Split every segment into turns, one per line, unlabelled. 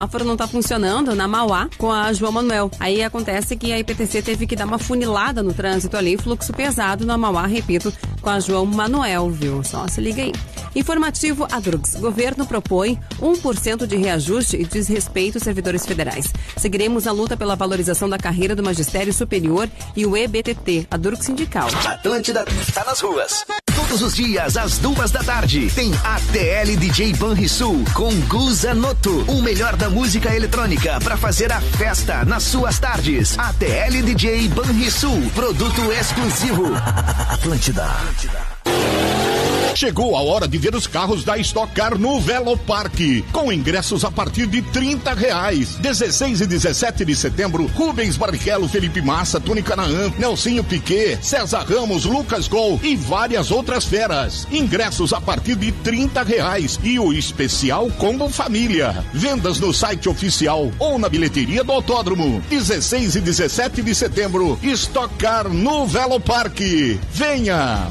semáforo não tá funcionando na Mauá com a João Manuel. Aí acontece que a IPTC teve que dar uma funilada no trânsito ali, fluxo pesado na Mauá, repito, com a João Manuel, viu? Só se liga aí. Informativo Adrux. Governo propõe 1% de reajuste e diz respeito aos servidores federais. Seguiremos a luta pela valorização da carreira do magistério superior e o EBTT, Adrux Sindical.
Atlântida tá nas ruas. Todos os dias, às duas da tarde, tem ATL DJ Banrisul com Guza Noto, o melhor da música eletrônica para fazer a festa nas suas tardes. ATL DJ Banrisul, produto exclusivo. Atlântida.
Chegou a hora de ver os carros da Stock Car no Veloparque, com ingressos a partir de 30 reais. 16 e 17 de setembro, Rubens Barrichello, Felipe Massa, Tony Canaan, Nelsinho Piquet, César Ramos, Lucas Gol e várias outras feras. Ingressos a partir de 30 reais e o especial Combo Família. Vendas no site oficial ou na bilheteria do autódromo. 16 e 17 de setembro, Stock Car no Veloparque. Venha!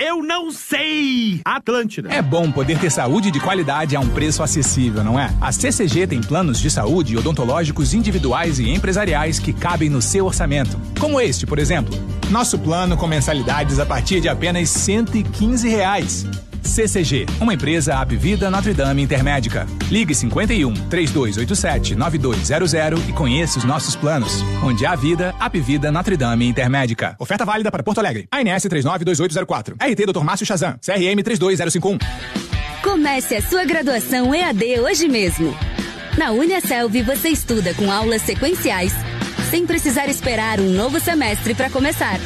Eu não sei! Atlântida.
É bom poder ter saúde de qualidade a um preço acessível, não é? A CCG tem planos de saúde odontológicos individuais e empresariais que cabem no seu orçamento. Como este, por exemplo. Nosso plano com mensalidades a partir de apenas R$ 115. Reais. CCG, uma empresa Apvida Notre Dame Intermédica. Ligue 51 3287 9200 e conheça os nossos planos. Onde há vida, Apvida Notre Dame Intermédica. Oferta válida para Porto Alegre. ANS 392804. RT Dr. Márcio Chazan. CRM 32051.
Comece a sua graduação EAD hoje mesmo. Na Uniaselv você estuda com aulas sequenciais, sem precisar esperar um novo semestre para começar.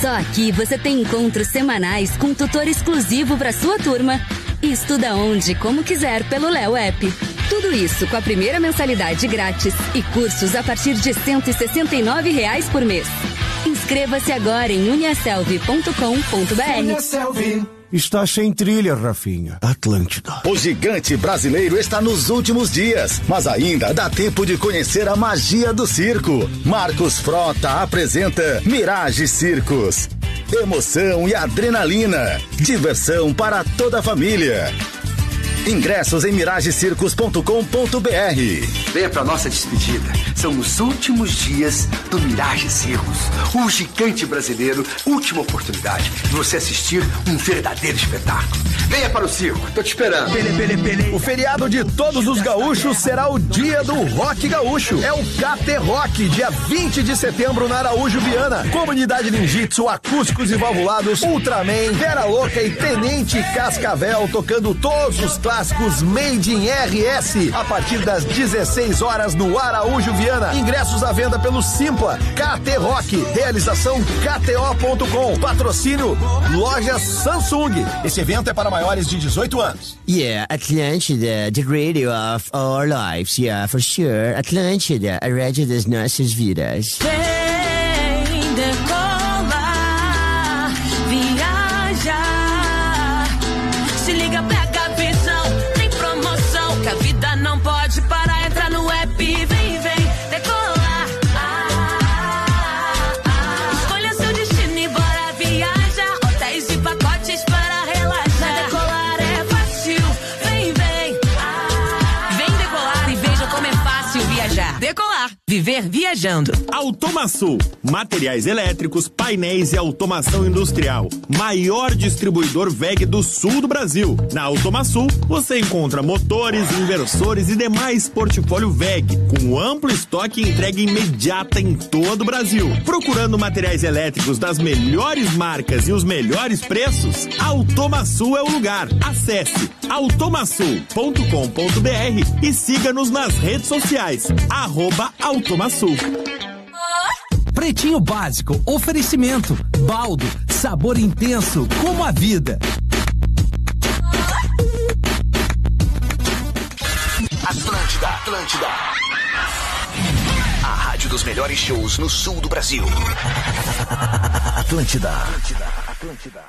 Só aqui você tem encontros semanais com tutor exclusivo para sua turma e estuda onde, como quiser pelo Léo App. Tudo isso com a primeira mensalidade grátis e cursos a partir de R$ 169 reais por mês. Inscreva-se agora em uniaselv.com.br.
Está sem trilha, Rafinha. Atlântida.
O gigante brasileiro está nos últimos dias, mas ainda dá tempo de conhecer a magia do circo. Marcos Frota apresenta Mirage Circos. Emoção e adrenalina. Diversão para toda a família. Ingressos em miragecircos.com.br.
Venha pra nossa despedida. São os últimos dias do Mirage Circos. O gigante brasileiro, última oportunidade de você assistir um verdadeiro espetáculo. Venha para o circo, tô te esperando.
O feriado de todos os gaúchos será o dia do rock gaúcho. É o KT Rock, dia 20 de setembro na Araújo Viana. Comunidade Ninjitsu, acústicos e valvulados, Ultraman, Vera Louca e Tenente Cascavel tocando todos os clássicos Made in RS. A partir das 16 horas no Araújo Viana. Ingressos à venda pelo Simpla, KT Rock, realização KTO.com, patrocínio Loja Samsung. Esse evento é para maiores de 18 anos.
Yeah, Atlântida, the radio of our lives. Yeah, for sure. Atlântida, a rádio das nossas vidas.
Vem, decola, viaja. Se liga, pega a visão, tem promoção. Que a vida não pode parar, entra no app e vem, vem, decola. Ah, ah, ah. Escolha seu destino e bora viajar. Hotéis e pacotes para relaxar. Na decolar é fácil, vem, vem. Ah, vem decolar e veja como é fácil viajar. Decolar.
Viver viajando. Automaçul, materiais elétricos, painéis e automação industrial. Maior distribuidor VEG do sul do Brasil. Na Automaçul, você encontra motores, inversores e demais portfólio VEG, com amplo estoque e entrega imediata em todo o Brasil. Procurando materiais elétricos das melhores marcas e os melhores preços? Automaçul é o lugar. Acesse automaçul.com.br e siga-nos nas redes sociais. Arroba Automaçul.
Pretinho Básico, oferecimento, baldo, sabor intenso, como a vida.
Atlântida, Atlântida. A rádio dos melhores shows no sul do Brasil. Atlântida. Atlântida. Atlântida.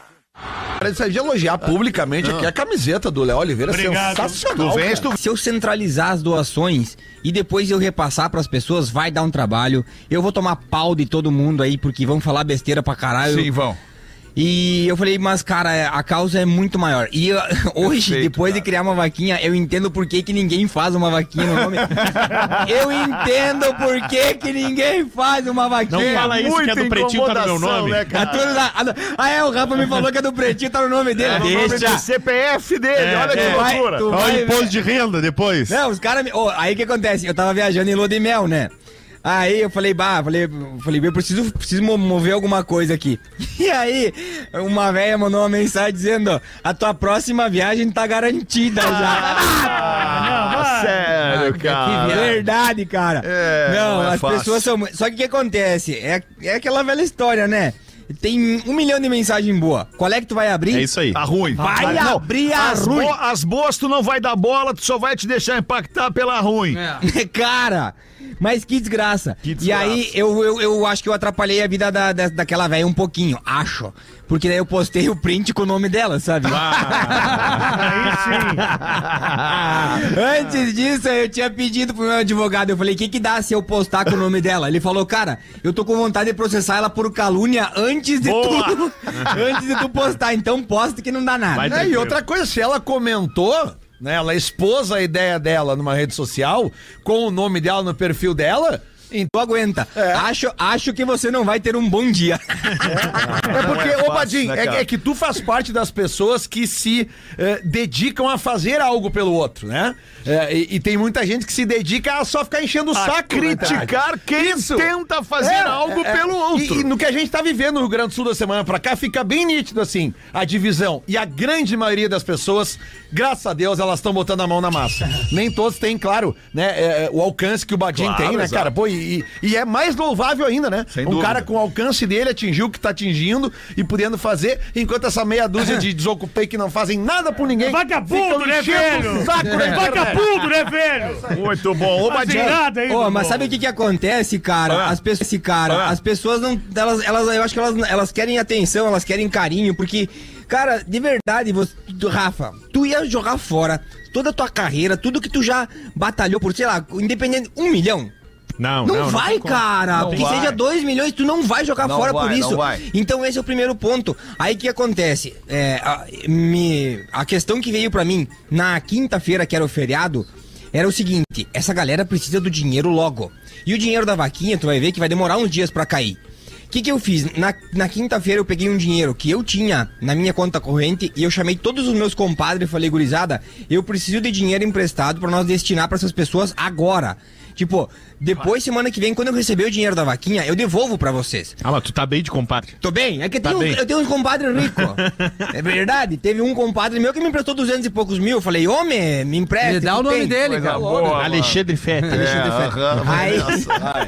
Precisa de elogiar publicamente aqui a camiseta do Léo Oliveira. é Sensacional. cara.
Se eu centralizar as doações e depois eu repassar pras pessoas, vai dar um trabalho. Eu vou tomar pau de todo mundo aí, porque vão falar besteira pra caralho.
Sim, vão.
E eu falei, mas cara, a causa é muito maior. E eu- hoje,
Perfeito,
depois de criar uma vaquinha, eu entendo por que, que ninguém faz uma vaquinha no nome. eu entendo por que, que ninguém faz uma vaquinha.
Não fala isso, que é do Pretinho, tá no meu nome.
É tudo da- ah, não. ah, é, o Rafa me falou que é do Pretinho, tá no nome dele.
É no nome do
CPF
dele,
É,
olha que loucura. Olha o imposto de
renda depois. Não, os caras. me- Ô, aí o que acontece? Eu tava viajando em Lua de Mel, né? Aí eu falei, bah, falei, falei, eu preciso, preciso mo- mover alguma coisa aqui. E aí, uma velha mandou uma mensagem dizendo, ó, a tua próxima viagem tá garantida já.
Ah, sério, cara.
Verdade, cara. não,
não Ah, é
as
fácil.
pessoas são. mu- Só que o que acontece? É, é aquela velha história, né? Tem um milhão de mensagem boa. Qual é que tu vai abrir?
É isso aí. A ruim.
Vai
Não, Tá
abrir a
as
ruim.
bo- as boas tu não vai dar bola, tu só vai te deixar impactar pela ruim.
né, Cara, mas que desgraça. E
desgraça.
aí, eu, eu, eu acho que eu atrapalhei a vida da, da- daquela velha um pouquinho, acho. Porque daí eu postei o print com o nome dela, sabe? Ah, Antes disso, eu tinha pedido pro meu advogado, eu falei, o que que dá se eu postar com o nome dela? Ele falou, cara, eu tô com vontade de processar ela por calúnia antes de tu... antes de tu postar, então posta que não dá nada.
É, e outra coisa, se ela comentou, né, ela expôs a ideia dela numa rede social, com o nome dela no perfil dela,
então aguenta. Acho, acho que você não vai ter um bom dia.
É porque,
Não é
ô
fácil,
Badim,
né,
é,
cara?
é que tu faz parte das pessoas que se eh, dedicam a fazer algo pelo outro, né? Eh, e, e tem muita gente que se dedica a só ficar enchendo o
A
saco. né, cara? É,
criticar quem tenta fazer algo pelo outro.
E, e no que a gente tá vivendo no Rio Grande do Sul da semana pra cá, fica bem nítido, assim, a divisão. E a grande maioria das pessoas, graças a Deus, elas estão botando a mão na massa. Nem todos têm, claro, né, eh, o alcance que o Badim
Claro,
tem, né,
exato.
cara? Pô, e, e- e é mais louvável ainda, né? um
dúvida.
cara com o alcance dele atingiu o que tá atingindo e podendo fazer, enquanto essa meia dúzia de desocupei que não fazem nada por ninguém.
Vagabundo,
ficam
né,
enchendo
velho?
o Saco na internet.
Vagabundo, né, velho? Muito bom. Ô, Badinho.
Ô, mas sabe o que que acontece, cara?
Ah.
As pessoas, esse cara,
Ah.
as pessoas não, elas, elas, eu acho que elas, elas querem atenção, elas querem carinho, porque, cara, de verdade, você, tu- Rafa, tu ia jogar fora toda a tua carreira, tudo que tu já batalhou por, sei lá, independente, um milhão.
Não,
Não,
não, não
vai,
tem como.
cara.
Não
que
vai.
seja 2 milhões, tu não vai jogar
Não
fora
vai,
por
não
isso.
vai.
Então esse é o primeiro ponto. Aí o que acontece? É, a, me- a questão que veio pra mim na quinta-feira, que era o feriado, era o seguinte: essa galera precisa do dinheiro logo. E o dinheiro da vaquinha, tu vai ver que vai demorar uns dias pra cair. O que, que eu fiz? Na, na quinta-feira eu peguei um dinheiro que eu tinha na minha conta corrente e eu chamei todos os meus compadres e falei, gurizada, eu preciso de dinheiro emprestado pra nós destinar pra essas pessoas agora. Tipo, depois, semana que vem, quando eu receber o dinheiro da vaquinha, eu devolvo pra vocês.
Ah, mas tu tá bem de compadre.
Tô bem? É que
Tá
tem um-
bem.
eu tenho um compadre rico. é verdade? Teve um compadre meu que me emprestou 200 e poucos mil. Eu falei, homem, me empresta.
Me dá
que
o nome
tem.
dele,
Coisa
cara.
boa, mano.
Alexandre Feta.
Alexandre Feta. Aí-
vai.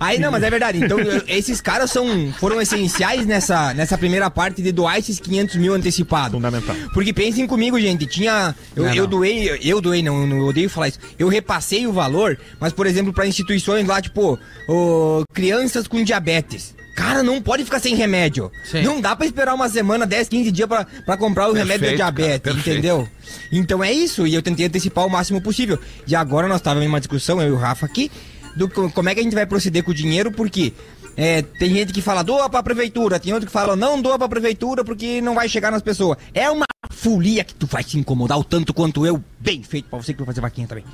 Aí não, mas é verdade. Então, eu- esses caras são, foram essenciais nessa, nessa primeira parte de doar esses 500 mil antecipado. Fundamental. Porque pensem comigo, gente. Tinha. Eu,
Não,
eu
não.
doei, eu doei, não, não eu odeio falar isso. Eu repassei o valor, mas, por exemplo, pra instituições lá, tipo, ô, crianças com diabetes. Cara, não pode ficar sem remédio.
Sim.
Não dá pra esperar uma semana, 10, 15 dias pra, pra comprar o remédio da
Perfeito, cara,
diabetes,
perfeito.
entendeu? Então é isso, e eu tentei antecipar o máximo possível. E agora nós estávamos em uma discussão, eu e o Rafa aqui, do co- como é que a gente vai proceder com o dinheiro, porque é, tem gente que fala doa pra prefeitura, tem outro que fala não doa pra prefeitura porque não vai chegar nas pessoas. É uma folia que tu vai se incomodar o tanto quanto eu. Bem feito pra você que vai fazer vaquinha também.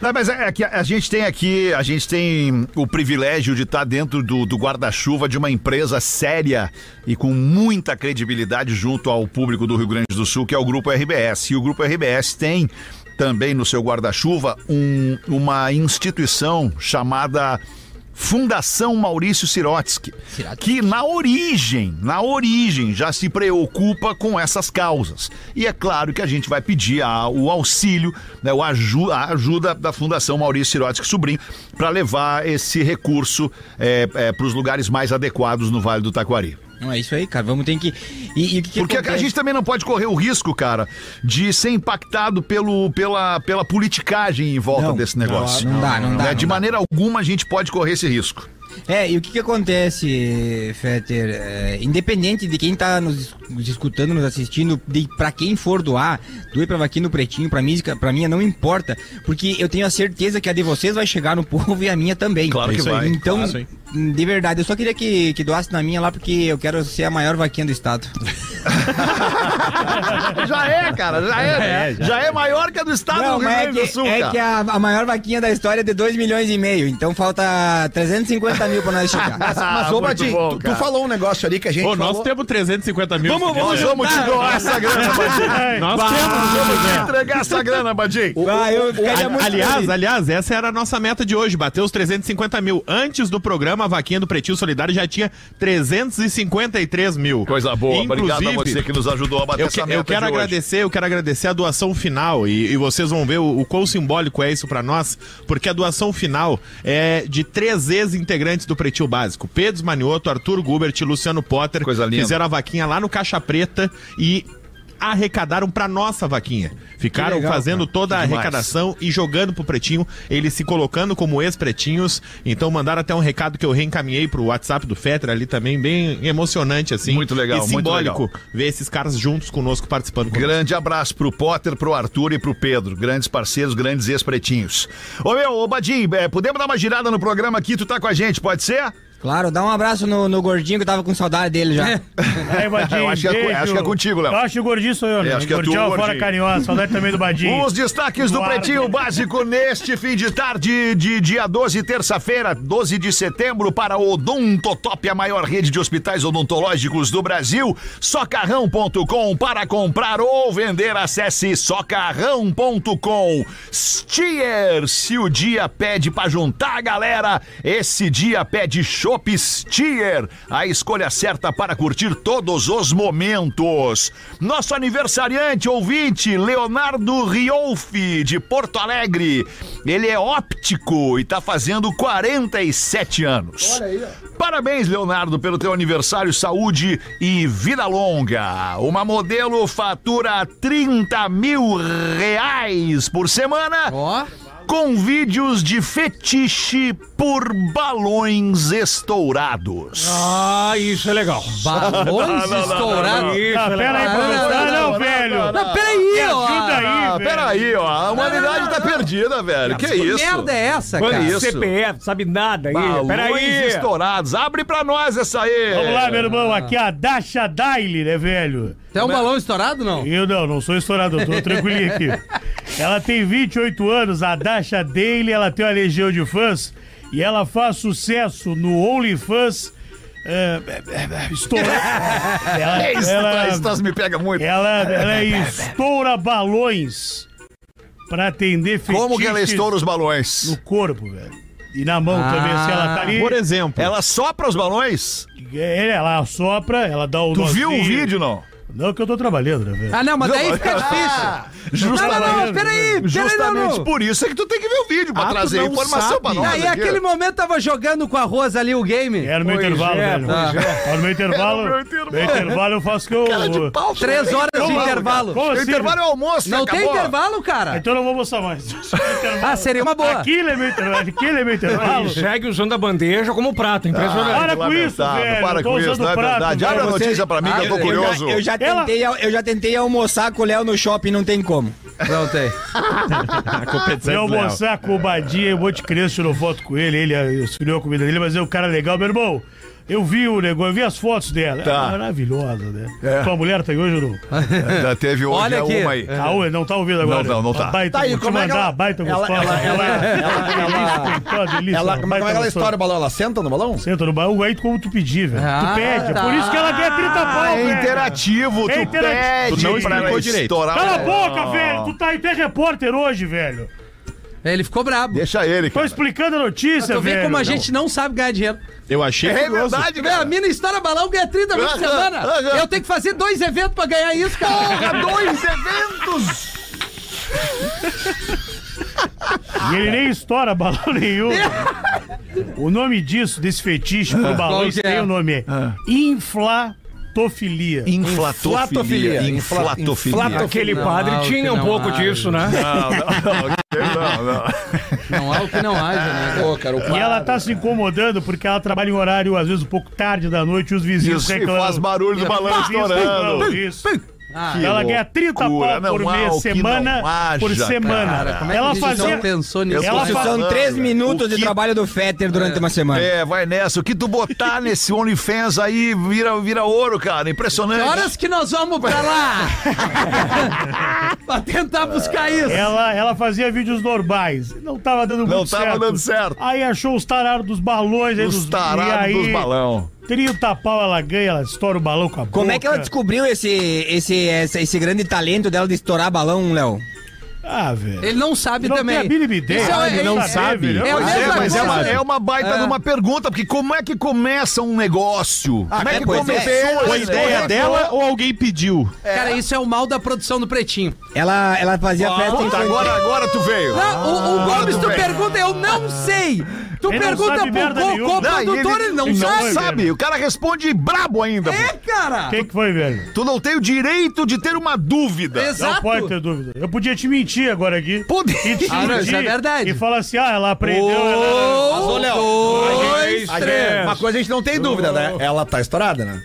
Não, mas é que a a gente tem aqui, a gente tem o privilégio de estar dentro do, do guarda-chuva de uma empresa séria e com muita credibilidade junto ao público do Rio Grande do Sul, que é o Grupo RBS. E o Grupo RBS tem também no seu guarda-chuva um- uma instituição chamada Fundação Maurício Sirotsky, que na origem, na origem já se preocupa com essas causas. E é claro que a gente vai pedir a- o auxílio, né, o aju- a ajuda da Fundação Maurício Sirotsky Sobrinho para levar esse recurso eh, para os lugares mais adequados no Vale do Taquari.
Não é isso aí, cara. Vamos ter que. E, e o que que
Porque a
acontece?
gente também não pode correr o risco, cara, de ser impactado pelo, pela, pela politicagem em volta desse negócio.
não dá, não dá,
Né,
não
De maneira alguma a gente pode correr esse risco.
É, e o que, que acontece, Fetter? É, independente de quem tá nos, nos escutando, nos assistindo, de pra quem for doar, doe pra Vaquinho Pretinho, pra música, pra minha não importa, porque eu tenho a certeza que a de vocês vai chegar no povo e a minha também.
Claro que vai,
Então,
claro, sim.
de verdade, eu só queria que, que doasse na minha lá, porque eu quero ser a maior vaquinha do estado.
já é, cara, já é.
É,
já.
já.
é maior que a do estado
Não,
do Rio
mas
Grande
é
do
que,
Sul,
é
cara.
que a, a maior vaquinha da história é de 2 milhões e meio, então falta 350 mil pra nós chegar.
Mas,
Ah,
mas ô, Badinho, tu, tu falou um negócio ali que a gente.
Ô,
falou...
nós temos 350 mil.
Vamos, vamos,
Entendeu?
vamos te doar essa grana, Badinho.
Nós
Bah,
temos.
Vamos te entregar essa grana, Badim.
Ali- aliás, aliás, essa era a nossa meta de hoje, bater os 350 mil. Antes do programa, a vaquinha do Pretinho Solidário já tinha 353 mil. Coisa
boa, obrigado a você que nos ajudou a bater
eu
essa
que-
meta
Eu quero
de hoje.
agradecer, eu quero agradecer a doação final e, e vocês vão ver o, o quão simbólico é isso pra nós, porque a doação final é de três ex-integrantes do Pretinho Básico, Pedro Manioto, Arthur Gubert e Luciano Potter, fizeram a vaquinha lá no Caixa Preta e arrecadaram pra nossa vaquinha. Ficaram
legal,
fazendo
cara.
toda a
Que demais.
arrecadação participação e jogando pro Pretinho, eles se colocando como ex-pretinhos. Então mandaram até um recado que eu reencaminhei pro WhatsApp do Fetter ali também, bem emocionante assim. Muito
legal,
e
muito
simbólico
legal.
ver esses caras juntos conosco participando conosco.
Grande abraço pro Potter, pro Arthur e pro Pedro. Grandes parceiros, grandes ex-pretinhos. Ô meu, ô Badim, eh, podemos dar uma girada no programa aqui? Tu tá com a gente, pode ser?
Claro, dá um abraço no, no gordinho que eu tava com saudade dele
É.
já.
Aí, Badinho,
Eu acho que é co-
beijo.
acho que é contigo, Léo.
Eu acho que o gordinho sou eu, né?
É, acho que é tu,
Gordinho,
gordinho.
fora carinhosa, saudade também do Badinho.
Os destaques do
Eduardo.
Pretinho Básico neste fim de tarde de dia 12, terça-feira, 12 de setembro, para o Odontotop, a maior rede de hospitais odontológicos do Brasil. Socarrão.com para comprar ou vender, acesse socarrão.com. Stier, se o dia pede para juntar a galera, esse dia pede Chopp Stier, a escolha certa para curtir todos os momentos. Nosso aniversariante ouvinte, Leonardo Riolfi, de Porto Alegre. Ele é óptico e está fazendo 47 anos. Parabéns, Leonardo, pelo teu aniversário, saúde e vida longa. Uma modelo fatura 30 mil reais por semana. Com vídeos de fetiche por balões estourados.
Ah, isso é legal. Balões estourados?
Ah,
Isso, é
pera aí,
professor.
não,
velho.
Não, peraí, ó.
Ah, peraí, ó. A humanidade tá perdida, velho. Que isso?
merda é essa, cara?
Que isso?
CPF, sabe nada aí.
Balões
Peraí.
estourados. Abre pra nós essa aí.
Vamos lá, meu irmão, aqui é a Dasha Daily, né, velho?
Tem um balão estourado, não?
Eu não, não sou estourado, eu tô tranquilinho aqui. Ela tem 28 anos, a Dasha Daily, ela tem uma legião de fãs e ela faz sucesso no OnlyFans. eh, estourado.
É isso, isso me pega muito.
Ela, ela estoura balões pra atender fetiches
Como que ela estoura os balões?
é No corpo, velho. E na mão também, se ela tá ali.
Por exemplo. Ela sopra os balões?
É, Ela sopra, ela dá o.
Tu viu
nozinho.
o vídeo, não?
Não, que eu tô trabalhando, né, velho?
Ah, não, mas daí fica difícil. não,
Justamente,
não, não, peraí, peraí,
justamente
não, não.
por isso é que tu tem que ver o vídeo pra
Ah, tu
trazer
não
informação
sabe.
pra nós.
Aí, é
aqui.
aquele momento, tava jogando com a Rosa ali o game. é,
Era no meu intervalo, velho. Era no meu intervalo.
Era no meu
no
intervalo.
meu intervalo eu faço que eu.
Cara de pau, Três horas de
Como,
intervalo.
cara? Como assim?
Intervalo é almoço, Não tem acabou. intervalo, cara?
Então eu não vou almoçar mais.
Ah, seria uma boa.
Aquilo é meu intervalo. Aquilo é meu intervalo.
Segue usando a bandeja como prato, impressionante.
Ah, para com isso, velho.
para
eu tô
com isso,
usando
não é
prato,
verdade.
velho.
Abre a
Você-
notícia pra mim, que eu tô curioso.
Eu já, tentei, eu já tentei almoçar com o Léo no shopping, não tem como.
Não tem.
Se eu almoçar com o Badinha, eu vou te criança, tirou foto com ele, ele escolheu a comida dele, mas é um cara legal, meu irmão. Eu vi o negócio, eu vi as fotos dela.
Tá.
É maravilhosa, né?
É.
Tua mulher tá aí hoje ou não?
Já teve hoje
Olha
é
aqui.
uma aí.
Ah, ué, não tá ouvindo agora.
Não, não, não tá.
A baita,
Tá aí,
vou te
como é que
mandar,
ela-
a baita
ela-
gostosa. é
ela- é- ela-
Ela- como é que ela estoura o
balão? Ela senta no balão? Senta no balão, aí como tu pedir, velho.
É.
Ah,
tu pede, é
tá.
por isso que ela
Ah,
ganha 30 pau,
É
velho.
interativo, tu pede
Tu não
pra
explicou
ela
direito.
estourar o
Cala a
balão.
boca, velho, tu tá aí, tu é repórter hoje, velho.
Ele ficou brabo.
Deixa ele,
Tô explicando a notícia,
Tu vê
velho.
como a gente não sabe ganhar dinheiro.
Eu
É
achei curioso.
Tu vê, A mina estoura balão, ganha 30 mil
Ah,
por
Aham,
semana.
aham.
Eu tenho que fazer dois eventos pra ganhar isso, cara.
dois eventos!
E ele nem estoura balão nenhum. o nome disso, desse fetiche por
Ah.
balões,
Qual que é?
tem o nome. É Inflatofilia.
Inflatofilia. Inflatofilia.
Inflatofilia.
Aquele padre
tinha um pouco disso, né?
Não, não, não. Não, não.
Não há o que não haja, né? e ela tá se incomodando porque ela trabalha em horário, às vezes, um pouco tarde da noite e os vizinhos
Isso, e
reclamam.
faz barulho do balão
Isso,
estourando.
reclamam, Isso.
Ah,
E ela
que
ganha 30 pau
loucura.
por
Não há o
mês,
que
semana
não haja,
por semana.
cara. Como é que
ela
a gente
fazia.
não pensou nisso?
Ela
Isso
fazia.
São três minutos de trabalho do Fetter durante uma semana.
É, vai nessa. O que tu botar nesse OnlyFans aí vira, vira ouro, cara. Impressionante.
Que horas que nós vamos pra lá?
pra tentar buscar isso. Ela, ela fazia vídeos normais. Não tava dando
Não
muito
tava
certo.
dando certo.
Aí achou os tarados dos balões. Aí
Os
dos,
tarados
e aí,
dos balão.
30 pau ela ganha, ela estoura o balão com a
Como é que ela descobriu esse, esse, esse, esse grande talento dela de estourar balão, Léo?
Ah, velho.
Ele não sabe
Não
também.
tem a mínima ideia.
Isso
Ah,
é-
ele não
é-
sabe.
É, a
Pois é,
mesma
mas é uma,
coisa.
é uma baita
É.
de uma pergunta, porque como é que começa um negócio?
Ah,
como é que
pois é.
começou?
Foi
esse
ideia
negócio?
dela
ou alguém pediu?
Cara, isso é o mal da produção do Pretinho.
Ela, ela fazia
festa em Puta, Tá, agora- conjunto. agora tu veio.
Não, Tá, o, o
Ah,
Gomes,
tu
tu
veio.
pergunta, eu não sei. Tu
Ele não
pergunta
sabe
pro
merda
co-
nenhuma.
co-produtor, ele não sabe.
O cara responde brabo ainda.
É, cara.
que, que foi, velho?
Tu não tem o direito de ter uma dúvida.
Não pode ter dúvida. Eu podia te mentir agora aqui. E te
Ah, não,
mentir
isso é verdade.
E falar assim, ah, ela aprendeu.
Um,
ela- é
Mas, ô, Léo, a gente- a gente- Uma coisa a gente não tem dúvida, né? Ela tá estourada, né?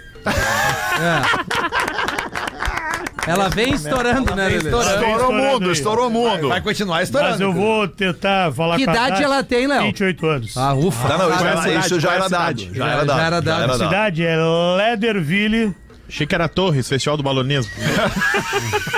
É.
Ela vem estourando, né, Lelê?
Tá
Estourou o mundo,
aí.
estourou o mundo.
Vai
continuar
Mas eu vou tentar falar
Que
com a
idade
Tati.
ela tem, Léo?
28 anos.
Ah, ufa.
Não, não, isso
Qual é
era-
a cidade?
isso já
Qual é a
era
cidade?
dado, já era dado, já era
A
dado.
cidade é Leatherville.
Achei que era Torres, Festival do Balonismo.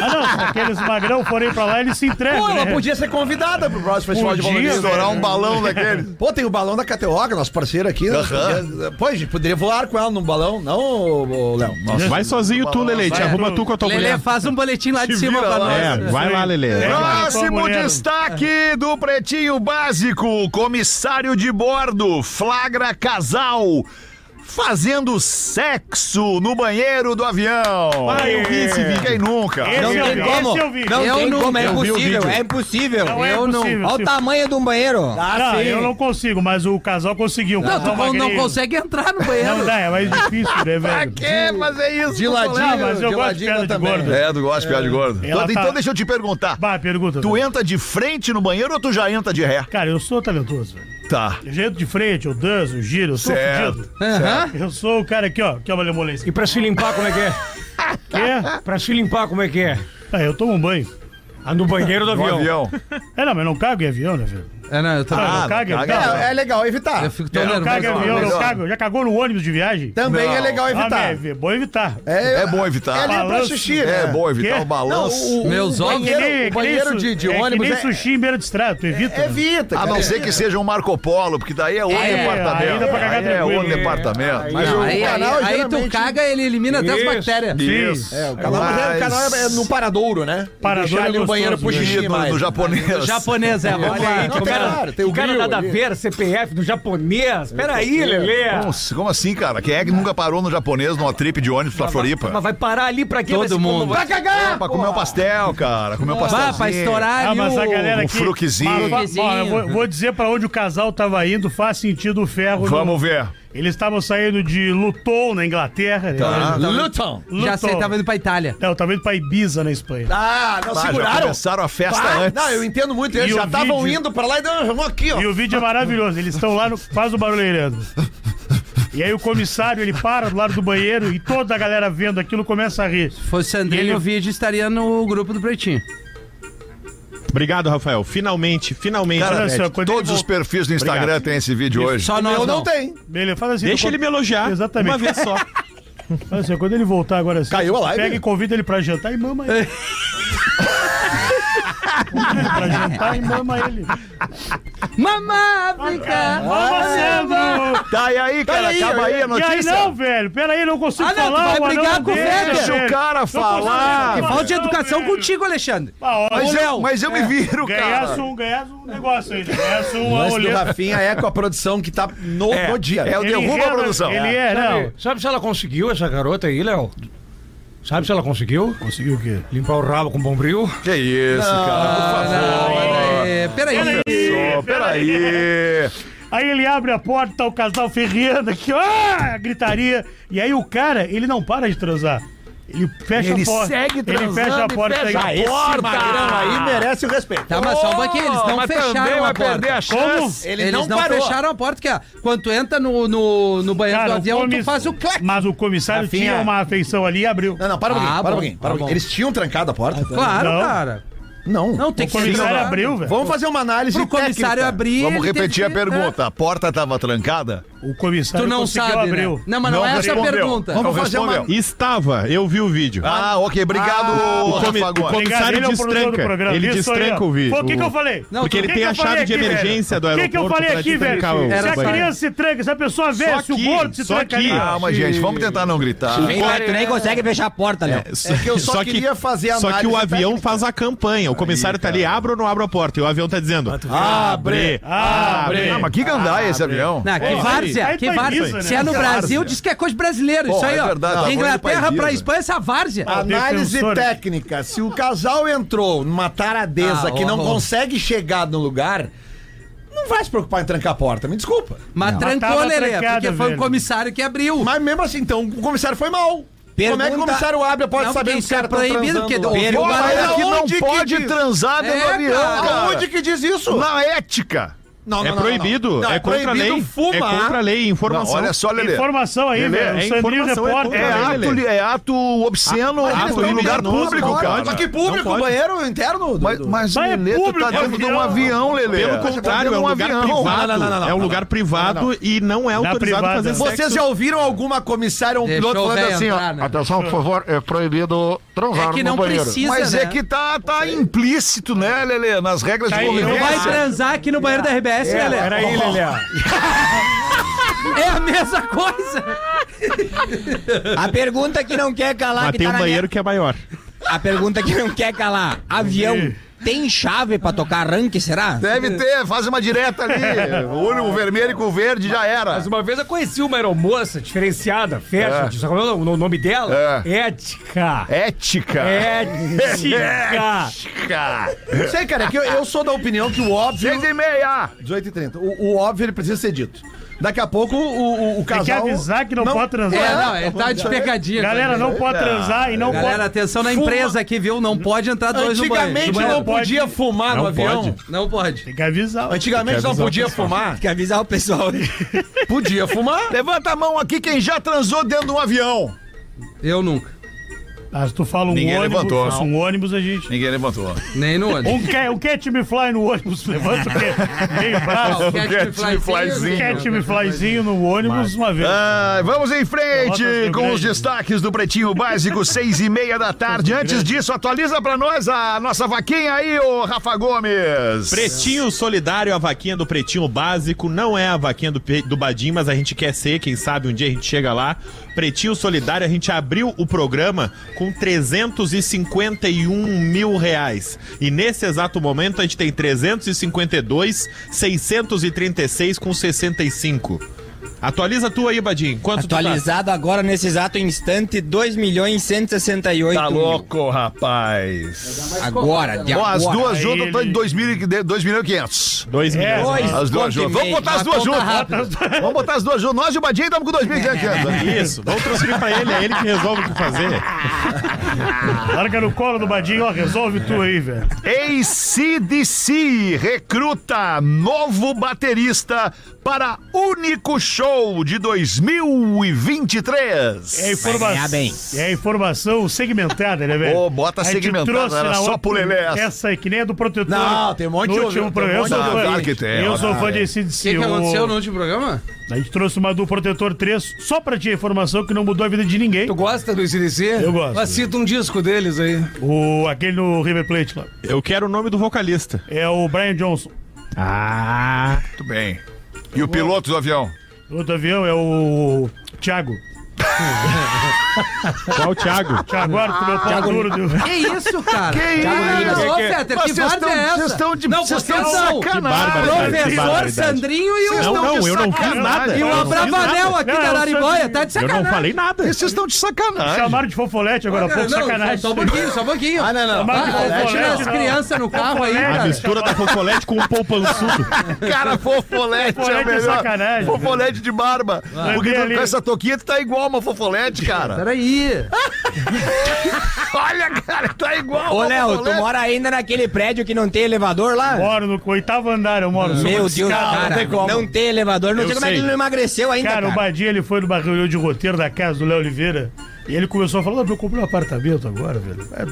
Ah, não, aqueles magrão forem pra lá, eles se entregam.
Pô, ela
né?
podia ser convidada pro próximo festival
Podia,
de balão.
Estourar um balão
daquele. Pô, tem o balão da Cateoca, nosso parceiro aqui. né?
Aham.
Podia- Pô, a gente poderia voar com ela num balão, não, ô, ô, Léo?
Nossa, vai sozinho tu, Lele, te arruma tu com a tua
Lelê,
mulher.
faz um boletim lá de
Se
cima
É. vira
pra
lá.
nós.
É, vai lá, Lelê. vai lá.
Próximo destaque do Pretinho Básico: comissário de bordo flagra casal fazendo sexo no banheiro do avião.
Ah, eu vi esse vídeo.
Quem nunca?
Esse
é
Não
eu
tem
vi,
como.
esse eu vi.
Não
Eu
tem
não-
como, é
eu vi o
impossível.
vídeo.
É impossível.
Não é
eu não.
possível,
Olha
sim. Tá?
o tamanho de um banheiro.
não, eu não consigo, mas o casal conseguiu.
Não, tu con- não consegue entrar no banheiro.
Não dá, é mais difícil, né, velho?
É, mas é isso.
De ladinho,
Não, mas eu
de
gosto
ladinho
piada
também.
gordo. É, tu gosta de piada de gordo.
Ela
Então, então
tá-
deixa eu te perguntar.
Vai, pergunta.
Tu entra de frente no banheiro ou tu já entra de ré?
Cara, eu sou talentoso, velho.
Tá.
Jeito de frente, eu danço, eu giro, eu sou
Certo,
fudido.
certo.
Eu sou o cara aqui, ó, que é uma lemolência.
E pra se limpar, como é que é?
Quê?
Pra se limpar, como é que é?
Ah, eu tomo um banho.
Ah, no banheiro do
No
avião.
avião.
É, não, mas eu não cago em avião, né, velho?
É, não, eu também.
Ah, não caga, não.
É, é legal evitar. Eu fico
Eu não cago em avião, eu não cago. Já cagou no ônibus de viagem?
Também é legal evitar.
Ah, é bom evitar.
É,
É bom evitar.
É ali pra
Balanço.
xixi,
É
né?
bom evitar
Quê?
o balanço.
Não, o- Meus o olhos. banheiro-
Que nem-
o banheiro
que nem
de- de
su- é,
ônibus
Que nem
é-
sushi em beira de estrada, tu evita. né?
Evita,
A
cara.
não ser que seja um Marco Polo, porque daí é outro
É,
departamento.
aí dá pra cagar
Aí é
tranquilo.
outro departamento.
Mas
Não,
o aí, aí,
canal,
aí tu
geralmente-
caga, ele elimina até as
Isso,
bactérias.
isso.
É, o canal, mas é, o canal é no paradouro, né?
Paradouro
Deixar
é
ali o
gostoso,
banheiro pro
né?
xixi
No-
mais.
no japonês.
O japonês, é, vamos
Olha aí,
lá.
que cara,
claro, tem
que
o
cara
grill
nada a
ali.
ver, CPF do japonês. Peraí, Lelê.
Nossa, como assim, cara? Quem é que nunca parou no japonês numa trip de ônibus pra Floripa?
Mas vai parar ali pra quê?
Todo
Vai se
mundo.
comover. Pra cagar!
Pra comer um pastel, cara. Comer um pastel.
Vá, pra estourar
Ah,
ali
mas a
o-
galera
um
aqui.
fruquezinho.
Mas, mas,
Fruquezinho.
mas, eu vou, vou dizer pra onde o casal tava indo, faz sentido o ferro.
Vamos
no-
ver.
Eles estavam saindo de Luton, na Inglaterra. né?
Tá.
Eles-
Luton.
Já sei,
Luton.
tá
tava indo pra Itália.
Não, tava indo pra Ibiza, na Espanha.
Ah, não,
Ah, já
seguraram.
começaram a festa
Pá,
antes.
Não, eu entendo muito.
E
Eles
o
já estavam
vídeo?
indo pra lá e dão vamos aqui, ó.
E o vídeo é maravilhoso. Eles estão lá no. Faz o barulho aí, Leandro. E aí o comissário, ele para do lado do banheiro e toda a galera vendo aquilo começa a rir.
Se fosse Sandrinho,
Ele-
o vídeo estaria no grupo do Pretinho.
Obrigado, Rafael. Finalmente, finalmente.
Cara,
Olha só,
Fred.
quando
Todos
ele
os
voltou-
perfis do Instagram
Obrigado.
têm esse vídeo hoje.
Só nós
Eu
não.
não tenho.
Beleza, faz assim.
Deixa
quando-
ele me elogiar
Exatamente.
uma vez só.
Olha só, quando ele voltar agora assim,
Caiu a live.
pega e convida ele pra jantar e mama ele. Convida ele pra jantar e mama ele.
Mamá, África!
Mama Sandro!
Tá, e aí, cara?
aí,
acaba aí a
E aí
notícia.
não, velho, pera aí, não consigo
Ah, não, tu
falar.
vai
o
brigar
anão
com o
dele,
Feder.
Deixa o
velho.
cara
Não consigo
falar.
falar,
Que
Falta de
não,
educação
velho.
contigo, Alexandre.
Ah, ó,
Mas
ô,
eu,
Léo,
mas eu me viro,
Ganhasse
cara.
um, ganhasse um negócio aí. Ganhasse
O
uma
lance do
olhada.
Rafinha é com a produção que tá no, no dia.
É o
Ele
derruba a
rema-
produção.
Ele é, não.
Sabe, sabe se ela conseguiu essa garota aí, Léo? Sabe se ela conseguiu?
Conseguiu o quê?
Limpar o rabo com bombril?
Que isso, cara.
É, peraí.
Peraí.
Por favor. Peraí.
Aí ele abre a porta, tá o casal ferreando aqui, ó, gritaria. E aí o cara, ele não para de transar. Ele fecha
Ele
a porta.
segue
Ele
transando
fecha a
e
porta.
fecha
aí.
a Esse porta! magrão aí merece
o respeito.
Tá, mas só um pouquinho, eles não
Mas também
fecharam
vai
a porta.
perder a chance.
Eles,
Ele
não,
não parou.
fecharam a porta, que é, quando tu entra no, no, no banheiro
Cara,
do
o
avião, tu
comis-
faz o clac.
Mas o comissário
Rafinha.
tinha uma afeição ali e abriu.
Não, não, para um pouquinho,
Ah,
para um
bom,
pouquinho, para um
tá
pouquinho.
bom.
Eles tinham trancado a porta?
Claro,
Não.
cara.
Não.
Não, tem
O
que ser
comissário
ignorado.
abriu, velho. Vamos fazer uma análise
Pro comissário
técnica.
abrir,
Vamos
ele
repetir a
teve que- né?
pergunta. A porta estava trancada?
O comissário
Tu não conseguiu sabe, abrir. né? Não, mas não é essa a pergunta.
Vamos
Vamos fazer
fazer
uma-
Estava, eu vi o vídeo.
Ah, ok. Obrigado,
o, comi-
Rafa
o comissário
Gomes.
Obrigado, ele é o produtor do
destranca.
programa.
Ele
Isso aí,
destranca
ó.
o vídeo.
Pô, o que que eu falei?
Não,
O
Porque ele
que
tem
que
a
eu falei
chave de
aqui,
emergência
velho?
do aeroporto.
O que que eu falei
pra
aqui, velho?
destrancar o
Se a
banheiro.
criança se tranca, se a pessoa vê, se o gordo se
só
tranca
aqui.
ali.
Calma, gente. Vamos tentar não gritar.
Vem, vai, tu nem
consegue fechar a porta, Léo.
É que eu só queria fazer a
Só que o
análise
avião faz a campanha. O comissário tá ali, abre ou não abre a porta? E o avião tá dizendo: abre, abre.
Ah, mas que gandaia esse avião.
Não, Ah, que
Pô,
várzea,
aí
que
tá em
várzea.
missa, né?
Se é no
Que
Brasil,
várzea.
diz que é coisa brasileira.
Pô,
Isso aí,
é
ó.
verdade, tá
De
bom,
Inglaterra
país,
pra
né?
Espanha, essa é várzea.
Análise técnica. Se o casal entrou numa taradeza
Ah,
que
ó,
não
ó.
consegue chegar no lugar, não vai se preocupar em trancar a porta, me desculpa.
Mas
Não.
trancou,
Tava
Lelê,
trancado,
porque foi o
velho.
comissário que abriu.
Mas mesmo assim, então, o comissário foi mal. Como é que o comissário abre a porta
Não,
sabendo
porque isso
que o cara
é proibido,
tá
porque
transando lá?
ouviu
Pô,
o
mas
barulho.
Que não
aonde que
pode
diz-
transar dentro do
É,
avião.
cara.
cara.
Aonde que diz isso?
Na ética.
Não,
é
não, não,
proibido,
não, não. Não,
é,
é
contra a
proibido
lei.
fumar.
É contra a lei, informação.
Não, olha só, Lelê.
Informação aí,
Lelê,
velho. O
é
Sandrinho
informação, é
Repórter.
contra
É
a lei,
ato,
Lelê.
é ato obsceno
Ah,
em
ato
lugar
criminoso,
público,
não
cara.
pode.
Mas que público?
Não pode.
Banheiro interno? do-
Mas,
do-
mas o
Mas é
Lelê, tu tá
público, é
dentro de um
avião.
avião, Lelê.
Pelo
Você tá
contrário,
dentro
é
de
um lugar privado. É um lugar privado e não é
Dá
autorizado
privada.
fazer sexo.
Vocês já ouviram alguma comissária ou um
Deixou
piloto
o
falando
velho
assim, ó?
entrar, né?
Atenção, por favor, é proibido transar
É que não precisa,
Mas
né?
é que tá, tá implícito, né, Lelê? Nas regras
Tá
de
aí, não
Tu vai
convivência.
transar aqui no banheiro da RBS,
É,
Lelê?
peraí, Lelê.
É a mesma coisa.
A pergunta que não quer calar,
Mas
que
tem
tá
um
na
banheiro que é maior.
minha- A pergunta que não quer calar. Avião tem chave pra tocar rank, será?
Deve ter, faz uma direta ali. O olho vermelho com o verde já era.
Mas uma vez eu conheci uma aeromoça diferenciada,
É.
fecha, só
é
que o o nome dela é Ética.
Ética.
Ética.
Ética.
Não sei, cara, é que eu, eu sou da opinião que o óbvio.
Seis e meia.
18 e 30 o, o óbvio ele precisa ser dito. Daqui a pouco o, o,
Tem
o casal.
que avisar que não, pode transar.
É, não, é tá de pegadinha.
Galera, não pode transar e não
Galera,
pode...
atenção na empresa aqui, viu? Não pode entrar dois no banheiro.
Antigamente
No banheiro.
não podia fumar no
Não
avião.
pode.
Não pode.
Tem que avisar.
Antigamente não podia fumar.
Tem que avisar o pessoal.
Podia fumar.
Levanta a mão aqui quem já transou dentro de um avião.
Eu nunca.
Ah, se tu fala um
Ninguém
ônibus,
levantou.
um ônibus a gente...
Ninguém levantou.
Nem no ônibus.
Um cat, um cat me fly no ônibus, levanta o quê? Meio
Ah, um
braço.
flyzinho.
Cat
um
me flyzinho no ônibus uma vez.
Ah, vamos em frente
Pelotas do
com os
Grande.
destaques do Pretinho Básico, seis e meia da tarde. Antes disso, atualiza pra nós a nossa vaquinha aí, ô Rafa Gomes.
Pretinho Solidário, a vaquinha do Pretinho Básico, não é a vaquinha do, Pe- do Badim, mas a gente quer ser, quem sabe um dia a gente chega lá. Pretinho Solidário, a gente abriu o programa com 351 mil reais. E nesse exato momento a gente tem 352, 636 com 65. Atualiza tu aí, Badim. Quanto tu tá?
Atualizado agora nesse exato instante, 2 milhões 168
Tá
mil.
louco, rapaz.
Agora, de
Bom,
agora.
as duas
Aí
juntas estão em
ele-
2.500.
2
É,
milhões.
Dois
As duas
conto e
juntas. Vamos
meio.
botar as
Uma
duas
conta
juntas.
rápida.
Vamos botar as duas juntas. Nós e o Badinho estamos com 2.500.
Isso, vamos transferir pra ele, é ele que resolve o que fazer.
Larga no colo do Badinho, ó, resolve tu aí, velho.
ACDC recruta novo baterista para único show de 2023.
É
Vai ganhar
informação.
bem.
É informação segmentada, né, velho?
Ô, bota
A gente
segmentada,
trouxe
era
na
só
outra-
pro Lelé essa.
é Essa aí, que nem a do protetor.
Não, tem um monte de
no
ouvido,
último programa.
tem um
Eu sou
monte de
fã.
ouvido. Claro que tem,
eu
ó,
sou
tá,
fã
é.
de
O
ACDC.
que, que
o-
aconteceu no último programa?
A gente trouxe uma do protetor 3 só pra ti a informação que não mudou a vida de ninguém.
Tu gosta do ICDC?
Eu gosto.
Mas cita um disco deles aí.
O, aquele no River Plate lá.
Eu quero o nome do vocalista.
É o Brian Johnson.
Ah.
Muito bem. E o piloto do avião?
O outro avião é o Thiago.
Qual o Thiago?
Thiago Arthur, meu pau duro. do-
Que isso, cara?
Que isso?
Ô, Fetter, que
Mas vocês
várzea é
estão-
essa?
vocês estão de-
Não,
vocês
vocês
estão de
são.
barbaridade, que
Professor
barbaridade.
Sandrinho e
Não,
o...
não, eu não fiz
sacanagem.
nada.
E
eu
o
não fiz
Abravanel
nada.
aqui da
Não,
Lariboia,
Sandrinho,
tá de
Eu
sacanagem.
não falei nada.
Vocês estão de sacanagem.
Chamaram de fofolete agora há pouco,
Não,
sacanagem.
Só um pouquinho, só um pouquinho. Ah, não, não.
Tomara que o Colete
tira as
não.
crianças no carro aí,
Colete.
A
cara.
mistura da Fofolete com o poupançudo.
Cara, fofolete é
Fofolete
o
é
melhor.
sacanagem.
Fofolete de barba. Porque
Lembrei
tu,
ali.
com essa toquinha tu tá igual uma fofolete, cara.
Peraí.
Olha, cara, tá igual.
Ô, Léo, tu mora ainda naquele prédio que não tem elevador lá?
Moro no oitavo andar, eu moro. sou
Meu
uma
Deus,
escala,
cara, não tem elevador. Não
Eu
sei como é que
sei.
ele não emagreceu ainda,
Cara,
cara.
o Badia ele foi numa reunião de roteiro da casa do Léo Oliveira e ele começou a falar: "Não, eu comprei um apartamento agora, velho. É,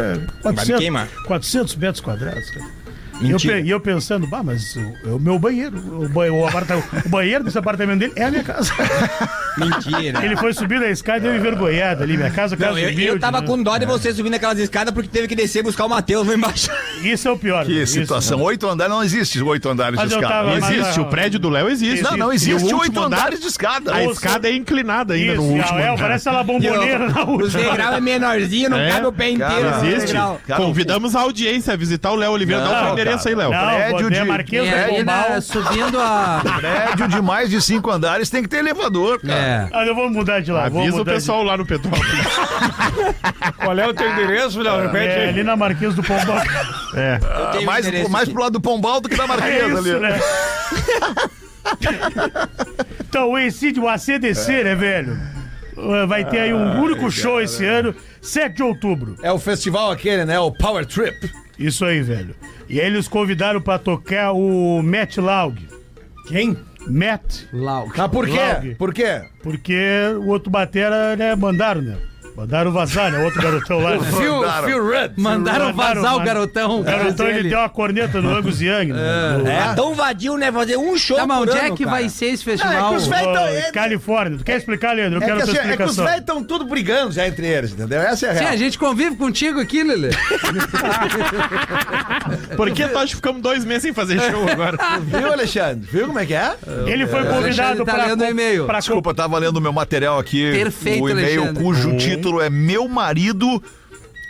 é,
Vai me queimar.
400, 400 metros quadrados, cara. E eu,
Mentira.
pe- e eu pensando, bah, mas o, é o meu banheiro, o, ba- o aparta- o banheiro desse apartamento dele é a minha casa.
Mentira.
Ele foi subir na escada e deu envergonhado ali, minha casa, casa
Não, eu,
humilde,
eu tava
né?
com dó de você subindo aquelas escadas porque teve que descer e buscar o Matheus lá embaixo.
Isso é o pior.
Que situação. Oito andares não existe oito andares
Mas
de
eu
escada.
tava-
Não
mas-
existe.
mas-
O prédio
do Léo existe.
Não, não
E o
existe
último
oito
andar-
andares de escada.
A escada é inclinada ainda no
Isso,
último.
Gael,
andar.
parece ela bomboneira na
Os
última.
degraus é menorzinho, não
É?
cabe o pé inteiro.
Cara,
no
existe.
degrau.
Convidamos a audiência a visitar o Léo Oliveira. Dá o
Não,
seu endereço aí, Léo.
cara. Prédio de- prédio-
subindo a-
Prédio de mais de cinco andares tem que ter elevador,
É,
cara.
Ah, eu vou mudar de lá. vou
Avisa o
mudar de-
pessoal lá no Petrópolis.
Qual é o teu
endereço, Léo? Repete
É,
aí.
ali na Marquês do Pombal.
É.
Ah, mais, mais pro lado do Pombal do que da Marquesa
É isso,
ali.
né? Então, o incídio, o ACDC,
É.
né, velho? Uh, Vai ter aí um
Ah,
Ai,
único
cara.
show esse ano, 7 de outubro.
É o festival aquele, né? O Power Trip.
Isso aí, velho. E aí eles convidaram pra tocar o Matt Laug. Quem? Matt Tá Laug.
Ah, por quê? Por quê?
Porque o outro batera, né, mandaram, né? Mandaram vazar, né? O outro garotão lá.
O Phil- Mandaram. Phil Rudd. Mandaram vazar o garotão. é
O garotão,
Diz
Então ele
ele.
deu uma corneta no Angus Young, né? Do-
É tão vadio, né? Fazer um show
Tá, mas
por
onde é
ano,
que
cara.
vai ser
esse
Não, é que os velhos tão- é- Califórnia. Tu quer explicar, Leandro? Eu
É
quero
que,
a tua
assim, é que os
explicação.
velhos estão tudo brigando já entre eles, entendeu? Essa é a
Sim,
real.
a
gente convive contigo aqui, Lelê.
Por que tu acha que ficamos dois meses sem fazer show agora?
Viu, Alexandre? Viu como é que é?
Ele foi
convidado
para
pra com- pra
Desculpa, eu tava lendo o meu material aqui.
Perfeito,
O e-mail
Alexandre.
cujo
Hum.
título é Meu Marido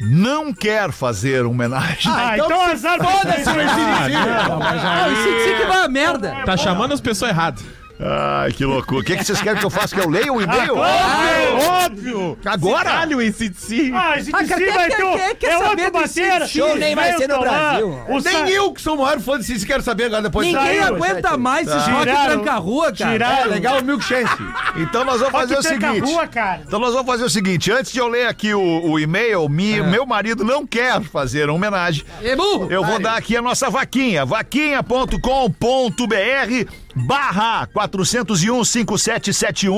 Não Quer Fazer Homenagem.
Ah, então, então azar pra
Foda-se
vocês.
o ICDC.
Ah, o ICDC que vai a merda.
Tá chamando as pessoas erradas.
Ai, que loucura. O que, que vocês querem que eu faça? Que eu leia o e-mail?
Óbvio!
Agora?
Caralho, o ACDC.
Ah, esse DC vai ter um- é outro bateira. Inventam lá. O
Nem
Sa-
eu, que sou o maior fã de Cid, quero saber agora depois.
Ninguém
Saiu,
aguenta
gente.
mais Ah,
Tá.
esse é rock
Tiraram-
tranca-rua, cara.
Tiraram.
Tiraram.
É, legal o milkshake.
Então nós
Rock
vamos fazer o
tranca
seguinte.
rua, cara.
Então nós vamos fazer o seguinte. Antes de eu ler aqui o, o e-mail, mi- meu marido não quer fazer homenagem. eu vou dar aqui a nossa vaquinha. vaquinha.com.br barra 401 5771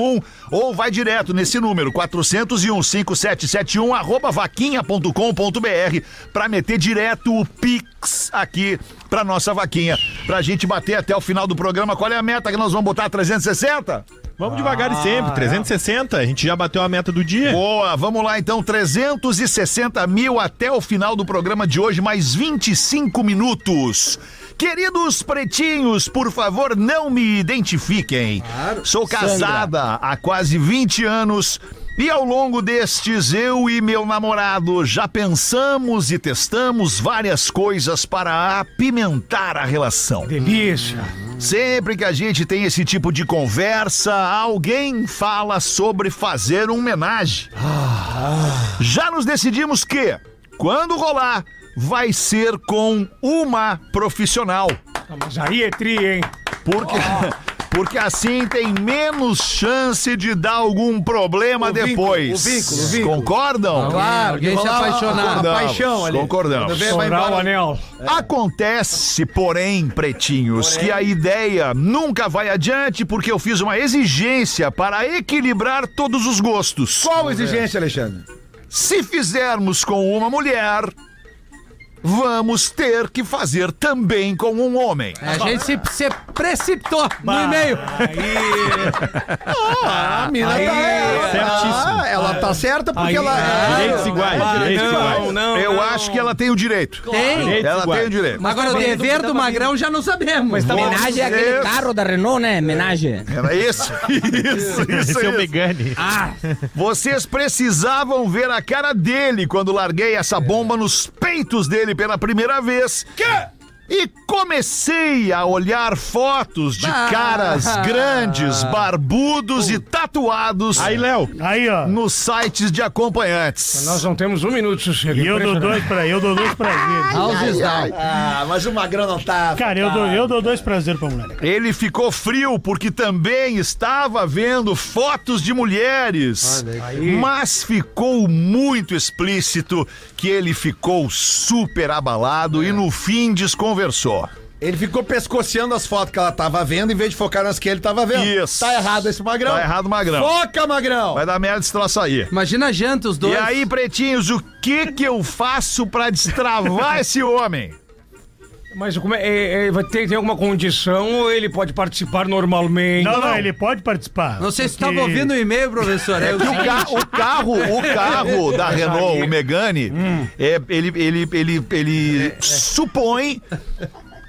ou vai direto nesse número 401 5771 arroba vaquinha.com.br para meter direto o Pix aqui pra nossa vaquinha pra gente bater até o final do programa qual é a meta que nós vamos botar 360?
Vamos devagar e sempre. 360, a gente já bateu a meta do dia.
Boa, vamos lá então, 360 mil até o final do programa de hoje, mais 25 minutos. Queridos pretinhos, por favor, não me identifiquem. Sou casada há quase 20 anos. E ao longo destes, eu e meu namorado já pensamos e testamos várias coisas para apimentar a relação.
Delícia.
Sempre que a gente tem esse tipo de conversa, alguém fala sobre fazer um homenagem. Já nos decidimos que, quando rolar, vai ser com uma profissional.
Mas aí é tri, hein?
Porque, porque assim tem menos chance de dar algum problema
O vínculo,
depois.
o vínculo, o vínculo.
Concordam?
Claro, alguém se apaixonar.
Concordamos,
A paixão ali.
Concordamos.
Quando vê, vai Sobrar embora. o
anel.
Acontece, porém, pretinhos, que a ideia nunca vai adiante porque eu fiz uma exigência para equilibrar todos os gostos.
Qual exigência, Alexandre?
Se fizermos com uma mulher, vamos ter que fazer também com um homem.
A gente se, se precipitou no e-mail.
Ah, a mina tá.
certíssimo.
Ah, ela tá certa porque
Aí,
ela.
é. Direitos
iguais, direitos iguais.
eu acho que ela tem o direito.
Tem.
Ela tem o direito.
Mas Agora, o dever do Magrão já não sabemos.
tá
Mas
Homenagem é aquele carro da Renault,
É.
né? Homenagem.
Era esse? É Isso, isso.
Esse é o
isso.
Megane.
Ah,
Vocês precisavam ver a cara dele quando larguei essa bomba nos peitos dele pela primeira vez. E comecei a olhar fotos de caras grandes, barbudos e tatuados.
Aí, Léo. Aí, ó.
Nos sites de acompanhantes.
Nós não temos um minuto, chega.
E eu dou dois pra eu dou dois prazeres.
Ai, ai, ai. Ah, mas o Magrão não tá.
Cara, eu dou, eu dou dois prazeres pra mulher.
Ele ficou frio porque também estava vendo fotos de mulheres. Mas ficou muito explícito que ele ficou super abalado e no fim desconversou.
É. Ele ficou pescoceando as fotos que ela tava vendo em vez de focar nas que ele tava vendo.
Isso.
Tá errado esse magrão.
Tá errado, Magrão.
Foca, magrão.
Vai dar merda esse troço aí.
Imagina a janta, os dois.
E aí, pretinhos, o que que eu faço pra destravar esse homem?
Mas como é, é, é, vai ter, tem alguma condição ou ele pode participar normalmente?
Não, não, ele pode participar.
Não sei se estava ouvindo o e-mail, professor.
É que o, ca- o carro, o carro da Renault, o Megane, é, ele, ele, ele, ele
É,
supõe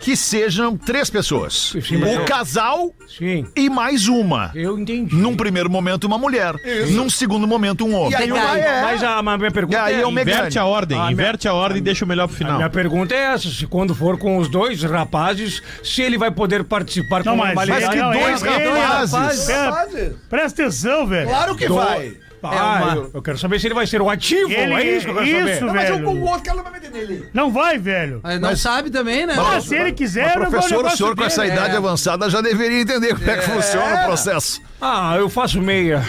que sejam três pessoas.
mas
o
eu-
casal
Sim.
e mais uma.
Eu entendi.
Num primeiro momento, uma mulher. Num segundo momento, um homem.
E aí,
Detalhe.
é.
mas a, mas a minha pergunta
E aí
é...
é o Megane.
Inverte a ordem,
Ah,
inverte a ordem e deixa o melhor pro
A
final.
minha pergunta é essa, se quando for com os dois rapazes, se ele vai poder participar
Não,
com
mas,
normalidade.
não, ele- ele-
É,
Pera-
rapazes.
Presta atenção, velho.
Claro que
Do-
vai.
Ah,
Ah,
mas
eu-
eu... quero saber se ele vai ser o ativo,
Ele-
é isso que eu quero
isso,
saber.
velho. Mas eu- o
outro cara não vai meter nele.
Não vai, velho.
não sabe também, né?
Ah, se ele quiser, eu
Mas,
não vou
professor, o
negócio
senhor com essa
dele.
idade
É.
avançada já deveria entender como é que
É.
funciona o processo.
Ah, eu faço meia.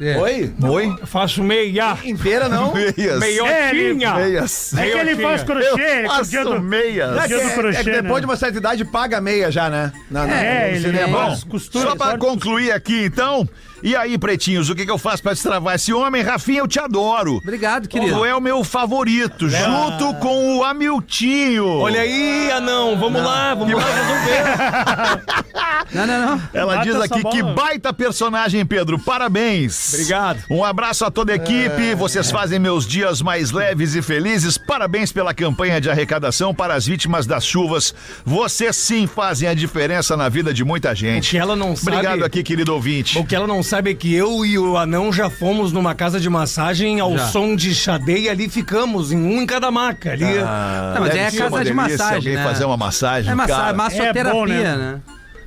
É. Oi?
Oi?
Eu faço meia.
Inteira não.
Meias.
Meiotinha.
Meias.
É que ele faz crochê, ele
Eu
com o dia
faço
do-
meias.
com o dia do
É, é que
crochê,
depois
né?
de uma certa idade paga meia já, né? Na- na-
É,
no
ele-
cinema.
Bom,
Bom,
As costuras,
só pra
sabe?
concluir aqui, então. E aí, pretinhos, o que, que eu faço pra destravar esse homem? Rafinha, eu te adoro.
Obrigado,
Tu é o meu favorito, junto com o Amiltinho.
Olha aí, anão, vamos lá, vamos lá resolver.
Não, não, não.
Ela
Bata
diz
essa
aqui
bola.
que baita personagem, Pedro. Parabéns.
Obrigado.
Um abraço a toda a
É.
equipe. Vocês fazem meus dias mais leves e felizes. Parabéns pela campanha de arrecadação para as vítimas das chuvas. Vocês sim fazem a diferença na vida de muita
O que
gente.
ela não sabe-
Obrigado aqui, querido ouvinte.
O que ela não sabe é que eu e o anão já fomos numa casa de massagem ao
Já.
som de xadê e ali ficamos, em um em cada maca. Ali,
Não, mas
Ah, Deve
aí é
ser
casa
uma
de
delícia
massagem,
Alguém
né?
fazer uma massagem,
É massa,
cara.
massoterapia,
É bom, né?
né?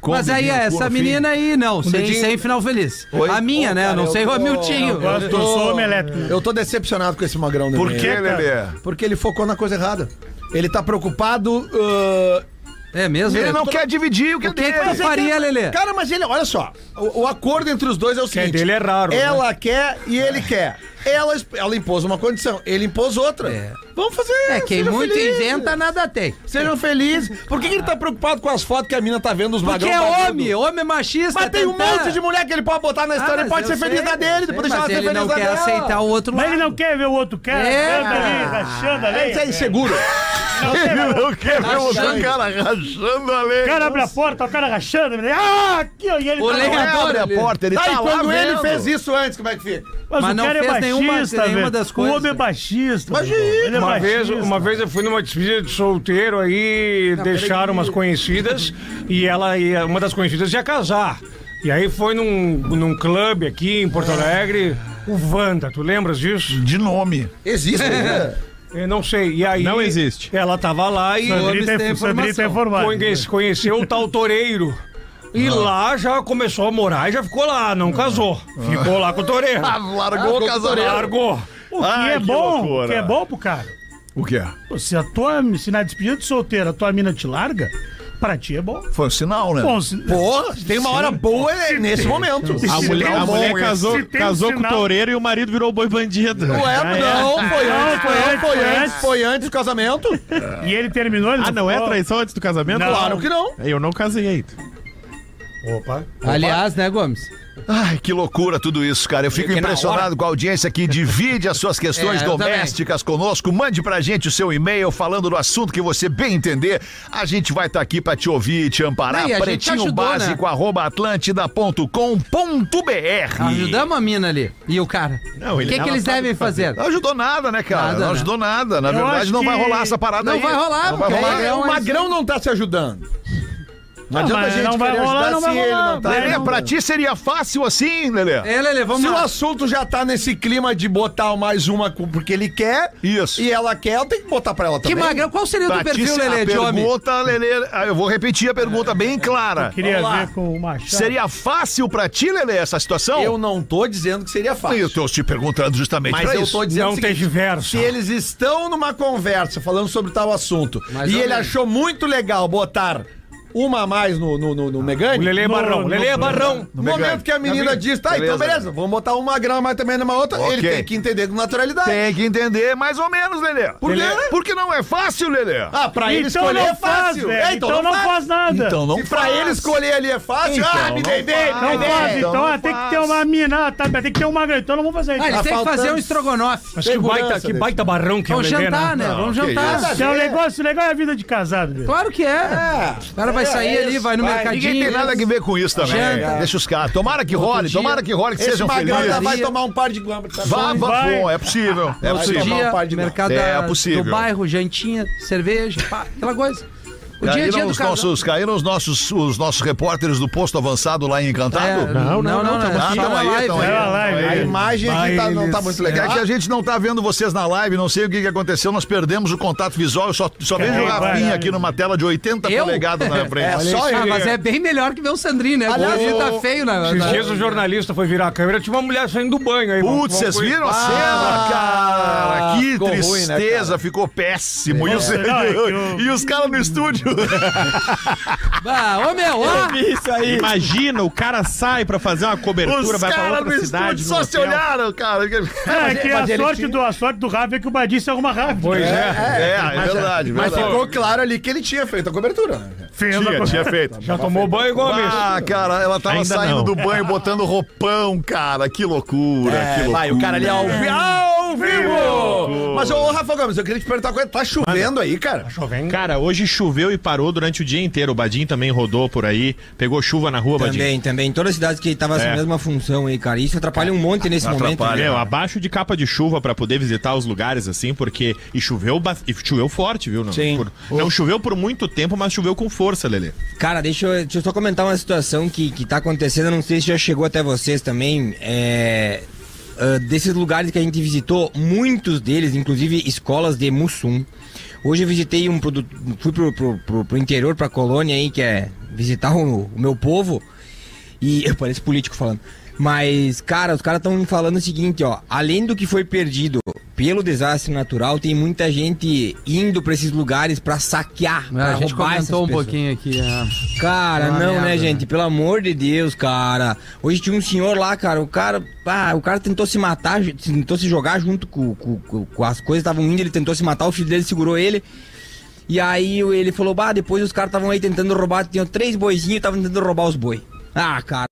Com
Mas aí,
dedinho no cu
essa
no
menina aí, não, sem,
dedinho-
sem final feliz.
Oi?
A minha, né? Eu não sei o Hamiltinho.
Eu tô- sou omelete.
Eu tô decepcionado com esse magrão do
Por
meio.
que,
cara?
Lelê?
Porque ele focou na coisa errada. Ele tá preocupado. ah,
É mesmo?
Ele
né?
não
O
quer dividir o que, é
que é que
dele.
tu faria, Lelê?
Cara, mas ele, olha só, o, o acordo entre os dois é o seguinte.
dele é raro, né?
Ela quer e ele quer. Ela, exp- ela impôs uma condição, ele impôs outra.
É.
Vamos fazer.
É, quem
seja
muito
feliz.
inventa, nada tem. É.
Sejam felizes. Por que, que ele tá preocupado com as fotos que a mina tá vendo os
Porque
magrão?
é
barbudo?
homem, homem é machista.
Mas tem um
tentando-
monte de mulher que ele pode botar na história
mas
e pode
eu
ser feliz
sei,
na dele,
sei,
depois deixar ela
mas
ser
ele
feliz
não
na
quer
dela.
aceitar o outro
Mas
lado.
ele não quer ver o outro cara
É,
andando ali,
cara.
rachando ali.
Isso é
velho.
inseguro.
Ele não quer
Tá
ver o outro cara rachando a lei.
O cara abre a porta, o cara rachando. ele- Ah, aqui, ó. E ele
O é
tá-
legal-
abre a
ali.
porta, ele
Tá, e
tá lá
quando ele
vendo.
fez isso antes, como é que fica?
Mas,
Mas
o
não
cara é
fez
baixista,
nenhuma- nenhuma
velho.
das
O
coisas.
homem é baixista.
Mas
meu irmão. Ele é
Uma vez,
baixista.
uma vez eu fui numa despedida
né?
de solteiro aí, deixaram umas conhecidas e ela ia, uma das conhecidas ia casar. E aí foi num, num clube aqui em Porto Alegre, o Wanda, tu lembras disso?
De nome.
É.
Existe, né?
Eu não sei. E aí.
Não existe.
Ela tava lá e
Sandrita é- Sandrita é informada.
Conhe- conheceu o tal toureiro. E lá já começou a morar e já ficou lá, não casou. Ficou lá com o toureiro.
Ah,
Largou o casamento.
Largou.
O que
Ai,
é
que
bom, o
loucura.
que é bom pro cara.
O quê?
Pô, Se a tua, se na despedida de solteiro a tua mina te larga, pra ti é bom.
Foi um sinal, né?
Bom, se- um
Pô, tem uma hora boa é nesse momento.
A
Se
mulher,
tem
a
um
mulher
bom,
casou,
se tem um
casou com o
sinal- Ah, é.
toureiro e o marido virou boi bandido.
É.
Ué, não,
Não,
foi antes, foi
foi
antes,
antes,
foi
foi
antes,
antes.
foi antes do casamento?
E ele terminou, ele
Ah, não é
ficou-
traição antes do casamento?
Não.
Claro que não.
Eu não casei ainda.
Aliás, né, Gomes?
Ai, que loucura tudo isso, cara. Eu fico
que na
impressionado com a audiência que divide as suas questões
É, eu
domésticas conosco. Mande pra gente o seu e-mail falando do assunto que você bem entender. A gente vai estar aqui pra te ouvir e te amparar.
Não, e a gente
Pretinho
ajudou,
básico, arroba atlântida.com.br.
Ajudamos a mina ali. E o cara.
Não,
O
ele-
que, que
ela
eles
sabe
devem fazer?
Não ajudou nada, né, cara?
Nada,
não
né?
ajudou nada. Na
Eu
verdade,
acho
não vai
que-
rolar essa parada
Não
aí.
vai rolar,
Não vai
porque
rolar.
aí é
o
um-
Magrão não tá se ajudando.
Não adianta a gente querer ajudar se ele não tá. Lelê, pra ti
seria fácil assim, Lelê? É, Lelê, vamos Se o assunto já tá nesse clima de botar mais uma cu- porque ele quer, Isso. e ela quer, eu tenho que botar pra ela
Que
também.
magrão, qual seria o teu Pra ti, perfil, a Lelê, de homem? pergunta, Lelê, ah, eu vou repetir a pergunta bem clara.
Eu queria
Vamos lá.
ver com o Machado.
Seria fácil pra ti, Lelê, essa situação? Eu
não tô dizendo que seria fácil.
Eu tô te perguntando justamente
Mas
pra
eu
isso.
tô dizendo o seguinte, se eles estão numa conversa falando sobre tal assunto e
ou
ele
menos.
achou muito legal botar uma a mais no, no, no, no
Ah.
Megane.
o Lelê é barrão, o Lelê é barrão.
No,
No
momento
Megane.
que a menina
Tá
diz, tá, então
beleza.
beleza, vamos botar uma grama mais também numa outra,
Ok.
ele tem que entender com naturalidade.
Tem que entender mais ou menos, Lelê. Por
Lelê?
quê? Porque não é fácil, Lelê.
Ah, pra
Então
ele escolher é fácil.
velho.
É, Então não
Se
pra ele escolher ali é fácil,
Então
ah, me
não
dei bem,
faz.
me dei
Não faz,
bem.
então, ah, tem que ter uma mina, tá, tem que ter uma grande, então não vamos fazer
Ah,
Tá
ele tem que fazer um
estrogonofe.
Mas que baita, que baita barrão que é o Lelê,
né?
É um negócio, o negócio é a vida de casado. Mesmo.
Claro que é. O cara vai
É,
sair ali, vai no mercadinho.
Ninguém tem nada que ver com isso também. É.
Janta.
Deixa os caras. Tomara que
Outro
role,
dia.
tomara que role, que
Esse
sejam
magrão
felizes.
vai tomar um par de guamba.
Vá, vá, bom, é possível. É
Outro
possível.
dia, mercado
é
da-
possível.
do bairro, jantinha, cerveja, pá, aquela coisa. O dia a dia
Caíram
do
os,
casal.
nossos, caíram os nossos, os nossos repórteres do posto avançado lá em Encantado? Ah,
É, não, não, não, não,
tá
tamo
não,
aqui,
só
tamo
na
aí,
live,
tamo aí,
é na
tamo
live.
aí.
A imagem aqui tá- não tá muito legal.
É que a gente não tá vendo vocês na live, não sei o que, que aconteceu, nós perdemos o contato visual, eu só, só vejo o
Caralho,
Rafinha
caralho.
aqui numa tela de 80 polegadas na minha frente.
É, só ah, mas é bem melhor que ver o Sandrinho, né? Aliás, ele tá feio na.
Esses
na-
dias o jornalista foi virar a câmera, tinha uma mulher saindo do banho aí.
Putz, vocês viram a
Ah,
cena, cara? Que
né,
tristeza, ficou péssimo. E, os,
É. Não, é que
e os caras no estúdio.
Ah, ô meu, ó.
Imagina, o cara sai pra fazer uma cobertura,
Os
vai pra
cara
outra
no
cidade.
estúdio
num
só se
hotel.
olharam, cara.
É, é que a sorte, do, a sorte do Rafa é que o Badinho se arruma rápido.
Pois é. É, é verdade,
Mas
verdade.
ficou claro ali que ele tinha feito a cobertura. né?
Fez
Tinha,
a-
tinha feito.
Já tomou banho igual a
Ah,
bicha.
cara, ela tava
Ainda
saindo
não.
do banho, botando roupão, cara. Que loucura,
É,
que loucura.
vai, o cara ali ao, vi- ao vivo!
Vivo!
Mas, ô, Rafa Gomes, eu queria te perguntar uma coisa. Tá chovendo aí, cara?
Cara, hoje choveu e parou durante o dia inteiro. O Badinho também rodou por aí, pegou chuva na rua, Badinho.
Também, também. Todas as cidades que tava essa
É.
mesma função aí, cara. Isso atrapalha um monte nesse momento.
Atrapalha.
né?
Meu, abaixo de capa de chuva pra poder visitar os lugares assim, porque e choveu ba- e choveu forte, viu? Não,
Sim.
por- não choveu por muito tempo, mas choveu com força, Lelê.
Cara, deixa eu, deixa eu só comentar uma situação que, que tá acontecendo, eu não sei se já chegou até vocês também. É, ah, desses lugares que a gente visitou, muitos deles, inclusive escolas de Mussum. Hoje eu visitei um produto. Fui pro, pro, pro- pro interior, pra colônia aí, que é visitar o, o meu povo. E eu pareço político falando. Mas, cara, os caras estão falando o seguinte, ó. Além do que foi perdido pelo desastre natural, tem muita gente indo pra esses lugares pra saquear,
Ah,
pra
a gente
roubar essas
comentou um
pessoas.
pouquinho aqui. é.
Cara,
Uma
não,
merda,
né, gente? Pelo amor de Deus, cara. Hoje tinha um senhor lá, cara. O cara, ah, o cara tentou se matar, ju- tentou se jogar junto com, com- com- com as coisas que estavam indo. Ele tentou se matar, o filho dele segurou ele. E aí o- ele falou: Bah, depois os caras estavam aí tentando roubar. Tinham três boizinhos e estavam tentando roubar os boi. Ah, cara,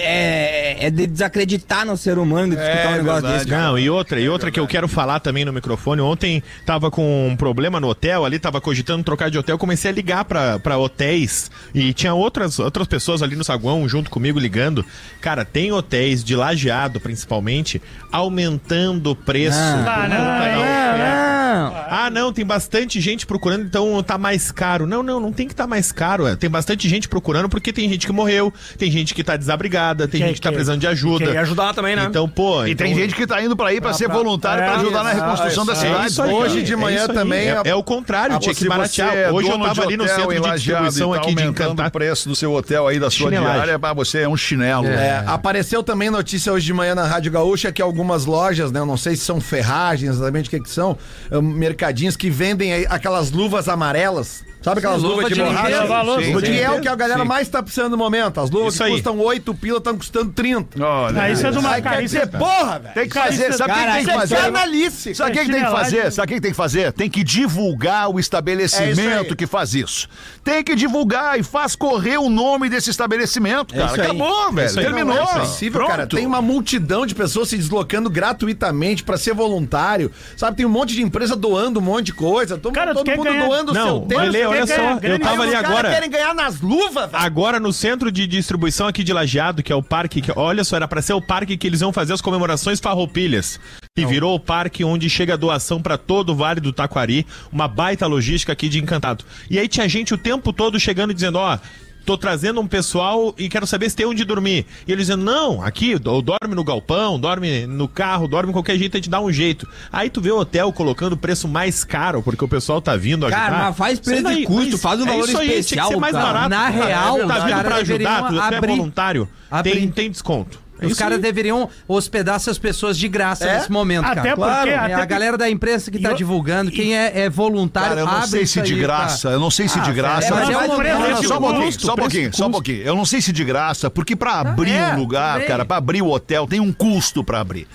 é, é de desacreditar no ser humano de
É,
escutar um negócio desse, cara.
Não, e outra, e outra que eu quero falar também no microfone. Ontem tava com um problema no hotel ali, tava cogitando trocar de hotel, comecei a ligar pra, pra hotéis e tinha outras, outras pessoas ali no saguão junto comigo ligando. Cara, tem hotéis de lajeado, principalmente, aumentando o preço.
Não.
por
Ah,
Tá,
conta
não,
né?
da
não,
oferta. Ah, não, tem bastante gente procurando, então tá mais caro. Não, não, não tem que tá mais caro. é. Tem bastante gente procurando porque tem gente que morreu, tem gente que tá desabrigada, tem
Quem
gente que tá
quer-
precisando de ajuda.
quem quer ajudar
também, né?
Então, pô.
E tem
então-
gente que tá indo pra aí pra ser voluntário,
É,
pra ajudar na reconstrução
É
da cidade.
Hoje de manhã também. É, é o contrário,
Ah,
tinha que baratear.
é
Hoje eu tava ali no centro de distribuição aqui de
encantado. tá o preço do seu hotel aí, da sua
Chinelagem.
diária, pra você é um chinelo.
É, apareceu também notícia hoje de manhã na Rádio Gaúcha que algumas lojas, né, eu não sei se são ferragens, exatamente o que, que são, eh, mercadinhos que vendem aí aquelas luvas amarelas. Sabe aquelas
Sim,
luvas,
luva
de
de
borracha?
limpeza,
Sim,
luva de
sim, que é
limpeza.
o que a galera
Sim.
mais tá precisando no momento. As luvas
Isso
que
aí.
custam 8 pila estão custando 30.
Olha,
Aí
aí.
você é de uma
Aí quer
carista.
dizer, porra, velho. Tem que fazer, sabe o que tem que
é
fazer?
canalice.
Sabe o que, que tem que fazer? Sabe o que que tem que fazer? Tem que divulgar o
É
estabelecimento
isso aí.
que faz isso. Tem que divulgar e faz correr o nome desse estabelecimento,
É
cara.
isso aí.
Acabou, velho.
Isso aí.
Terminou.
Não é possível, cara.
Pronto.
Tem uma multidão de pessoas se deslocando gratuitamente pra ser voluntário. Sabe, tem um monte de empresa doando um monte de coisa. Todo, todo
quer
mundo
ganhar-
doando o
Não,
seu tempo.
Lele, olha
Quer
só,
ganhar
eu
grana.
tava ali
Aí os caras
agora.
querem ganhar nas luvas, velho.
Agora no centro de distribuição aqui de Lajeado, que é o parque, que, olha só, era pra ser o parque que eles iam fazer as comemorações farroupilhas. E virou o parque onde chega a doação pra todo o Vale do Taquari, uma baita logística aqui de encantado. E aí tinha gente o tempo todo chegando e dizendo, ó, tô trazendo um pessoal e quero saber se tem onde dormir. E eles dizendo, não, aqui, ou dorme no galpão, dorme no carro, dorme qualquer jeito, a gente dá um jeito. Aí tu vê o hotel colocando preço mais caro, porque o pessoal tá vindo ajudar.
Cara, mas faz preço
Isso daí,
de custo,
mas
faz um
é
valor
isso aí, tinha que
especial.
ser mais
cara.
barato,
Na
cara. tá
real, os
vindo
caras
pra ajudar,
deveriam
tu até é
abrir-
voluntário, tem,
abrir.
tem desconto. É
Os
isso
caras
aí.
deveriam hospedar essas pessoas de graça
É?
nesse momento,
Até
cara.
porque- Claro.
É
até
a
porque-
galera da imprensa que tá divulgando, quem é, é voluntário,
Cara, eu não
abre
sei
isso
se de
aí, tá?
graça, eu não sei se
Ah,
de graça.
É, mas é um momento
Não, não,
de
só um pouquinho,
custo,
só um
preço
pouquinho, só um pouquinho. Eu não sei se de graça, porque pra abrir
é,
um lugar,
também.
cara, pra abrir o hotel, tem um custo pra abrir.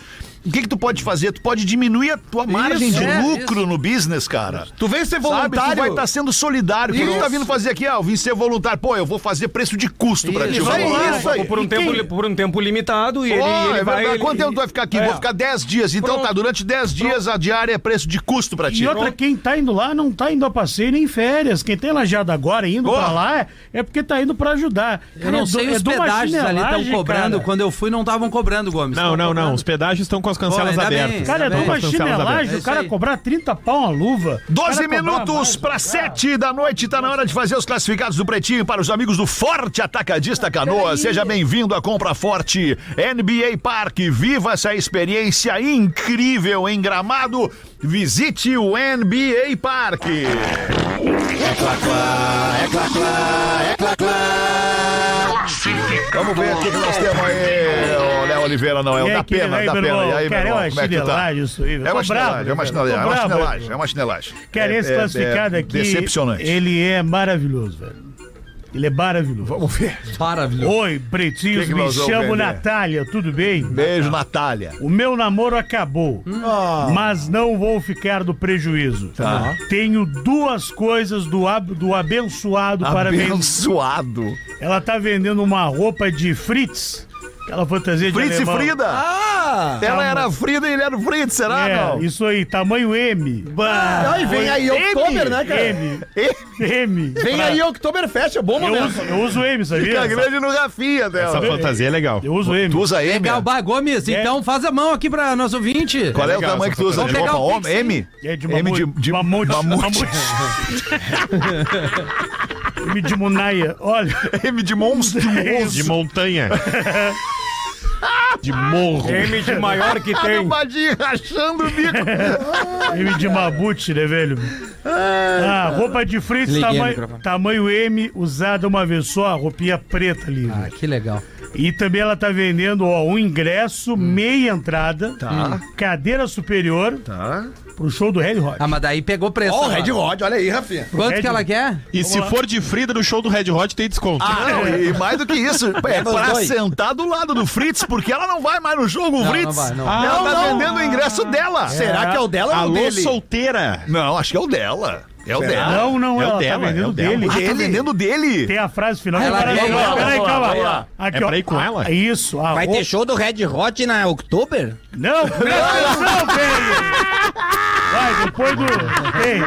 O que, que tu pode fazer? Tu pode diminuir a tua margem
Isso,
de
é,
lucro no business, cara.
Tu vem ser
Sabe,
voluntário.
tu vai estar sendo solidário. Quem
Isso.
tá vindo fazer aqui? Ah, eu vim ser voluntário. Pô, eu vou fazer preço de custo pra ti.
Isso,
eu vou-
vamos lá,
Isso aí.
Por um, tempo, li- por um tempo limitado e ele,
Ó,
ele
é
vai...
verdade.
ele-
Quanto tempo tu vai ficar aqui?
É.
Vou ficar 10 dias. Então tá, durante 10 dias a diária é preço de custo pra ti.
E outra, quem tá indo lá não tá indo a passeio nem férias. Quem tem lajado agora e indo
Boa.
pra lá é, é porque tá indo pra ajudar. é
Eu não sei os pedágios ali estão cobrando. Quando eu fui, não estavam cobrando, Gomes.
Não, não, não. Os pedágios estão com as cancelas
Pô, ainda bem,
abertas.
Cara, é de
Estão com
uma
as cancelas
chinelagem,
abertas.
o cara cobrar 30 pau a luva.
12
O cara cobrar né?
minutos para 7 da noite, tá na hora de fazer os classificados do Pretinho para os amigos do Forte Atacadista Canoa. Seja bem-vindo à compra forte NBA Parque. Viva essa experiência incrível em Gramado. Visite o NBA Parque. Vamos ver o que que nós temos aí. O Léo Oliveira não, é o
E aí,
da
que
pena,
aí,
da
meu
pena.
irmão?
E aí, meu
Cara, é
irmão,
uma
como é que tu tá?
chinelagem isso aí, velho.
É uma
Tô bravo,
chinelagem, é uma
meu
chinelagem, é
irmão.
uma
Tô bravo,
chinelagem, é uma chinelagem.
Cara,
É-
esse
é- é
classificado aqui.
Decepcionante.
Ele é maravilhoso, velho. Ele é maravilhoso. Vamos
ver.
Maravilhoso.
Oi, pretinhos,
Que que
me
nós vamos
chamo
vender?
Natália, tudo bem?
Beijo, Natália. Hum.
O meu namoro acabou,
Ah.
mas não vou ficar do prejuízo. Ah.
Tá.
Tenho duas coisas do, ab- do abençoado, para vender.
Abençoado.
Ela tá vendendo uma roupa de é Fritz, aquela fantasia de
Fritz e
alemão.
Frida. Ah! Ela era Frida e ele era o Fritz, será
Ah,
É,
não?
isso aí, tamanho M.
Ah, e vem aí Oktober, né, cara?
M. M.
Vem
Pra-
aí Oktoberfest, é bom
Eu
momento.
uso, eu uso M, sabia?
Fica grande no Rafinha dela.
Essa fantasia é legal.
Eu uso M.
Tu usa M?
Legal,
é?
bah, Gomes, então faz a mão aqui pra nosso ouvinte.
Qual é, o
legal
tamanho
essa
que tu usa de
fantasia.
roupa?
Vamos
Homem?
pegar o
M?
É de
M de,
mamute.
de
mamute.
mamute.
M de Munaia. Olha.
M de monstro.
é
De montanha. De morro.
M de maior que
Cara,
tem.
o Badinho rachando o bico.
M de Mabute, né, velho? Ah, roupa de fritz,
Liguei o
tama-
microfone.
tamanho M, usada uma vez só, roupinha preta ali.
Ah, que legal. Hum.
E também ela tá vendendo, ó, um ingresso, meia entrada, Hum.
Tá.
cadeira superior pro show do Red Hot.
Tá. Ah, mas daí pegou preço.
Ó, o
agora.
Red Hot, olha aí, Rafinha.
Quanto
Red- Tá
que ela quer?
E se for de Frida no show do Red Hot, tem desconto.
Ah, não, e e mais do que isso, é
dos
pra
dois.
sentar do lado do Fritz, porque ela não vai mais no jogo, o
Não,
Fritz.
não vai, não.
Ela
Ah,
tá
não.
vendendo o ingresso dela.
Será que é o dela ou
Alô,
o dele?
solteira.
Não, acho que é o dela. É o dela.
Não, não,
É o
ela tá
dela,
vendendo
é o dela.
dele.
Ah, tá vendendo dele.
Tem a frase final.
Ela
Peraí,
vem,
calma,
vamos
peraí,
lá,
calma.
vamos lá.
Aqui,
É
ó.
pra ir com ela?
Isso. a
Vai
roupa-
ter show do Red Hot na Oktober?
Não, é presta atenção, velho. Vai, depois do... Ei,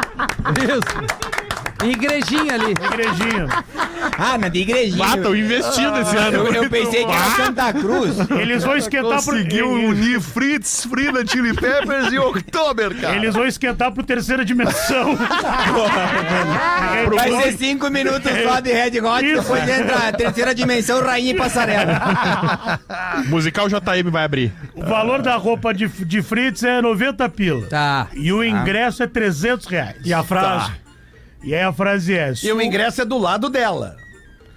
Isso. Igrejinha ali.
igrejinha. tá,
Ah, na de igrejinha.
Ah, estão investindo esse
Ah,
ano.
Eu, eu pensei que era Santa Cruz.
Eles vão esquentar pro...
Conseguiu
eles-
unir Fritz, Frida, Chili Peppers e Oktober, cara.
Eles vão esquentar pro terceira dimensão.
Vai ser cinco minutos só de Red Hot,
Isso.
depois entra a terceira dimensão, rainha e passarela.
Musical JM vai abrir.
O valor da roupa de, de Fritz é 90 pila.
Tá.
E o ingresso é 300 reais. E a frase? E aí a frase é: se,
E o
o,
ingresso é do lado dela.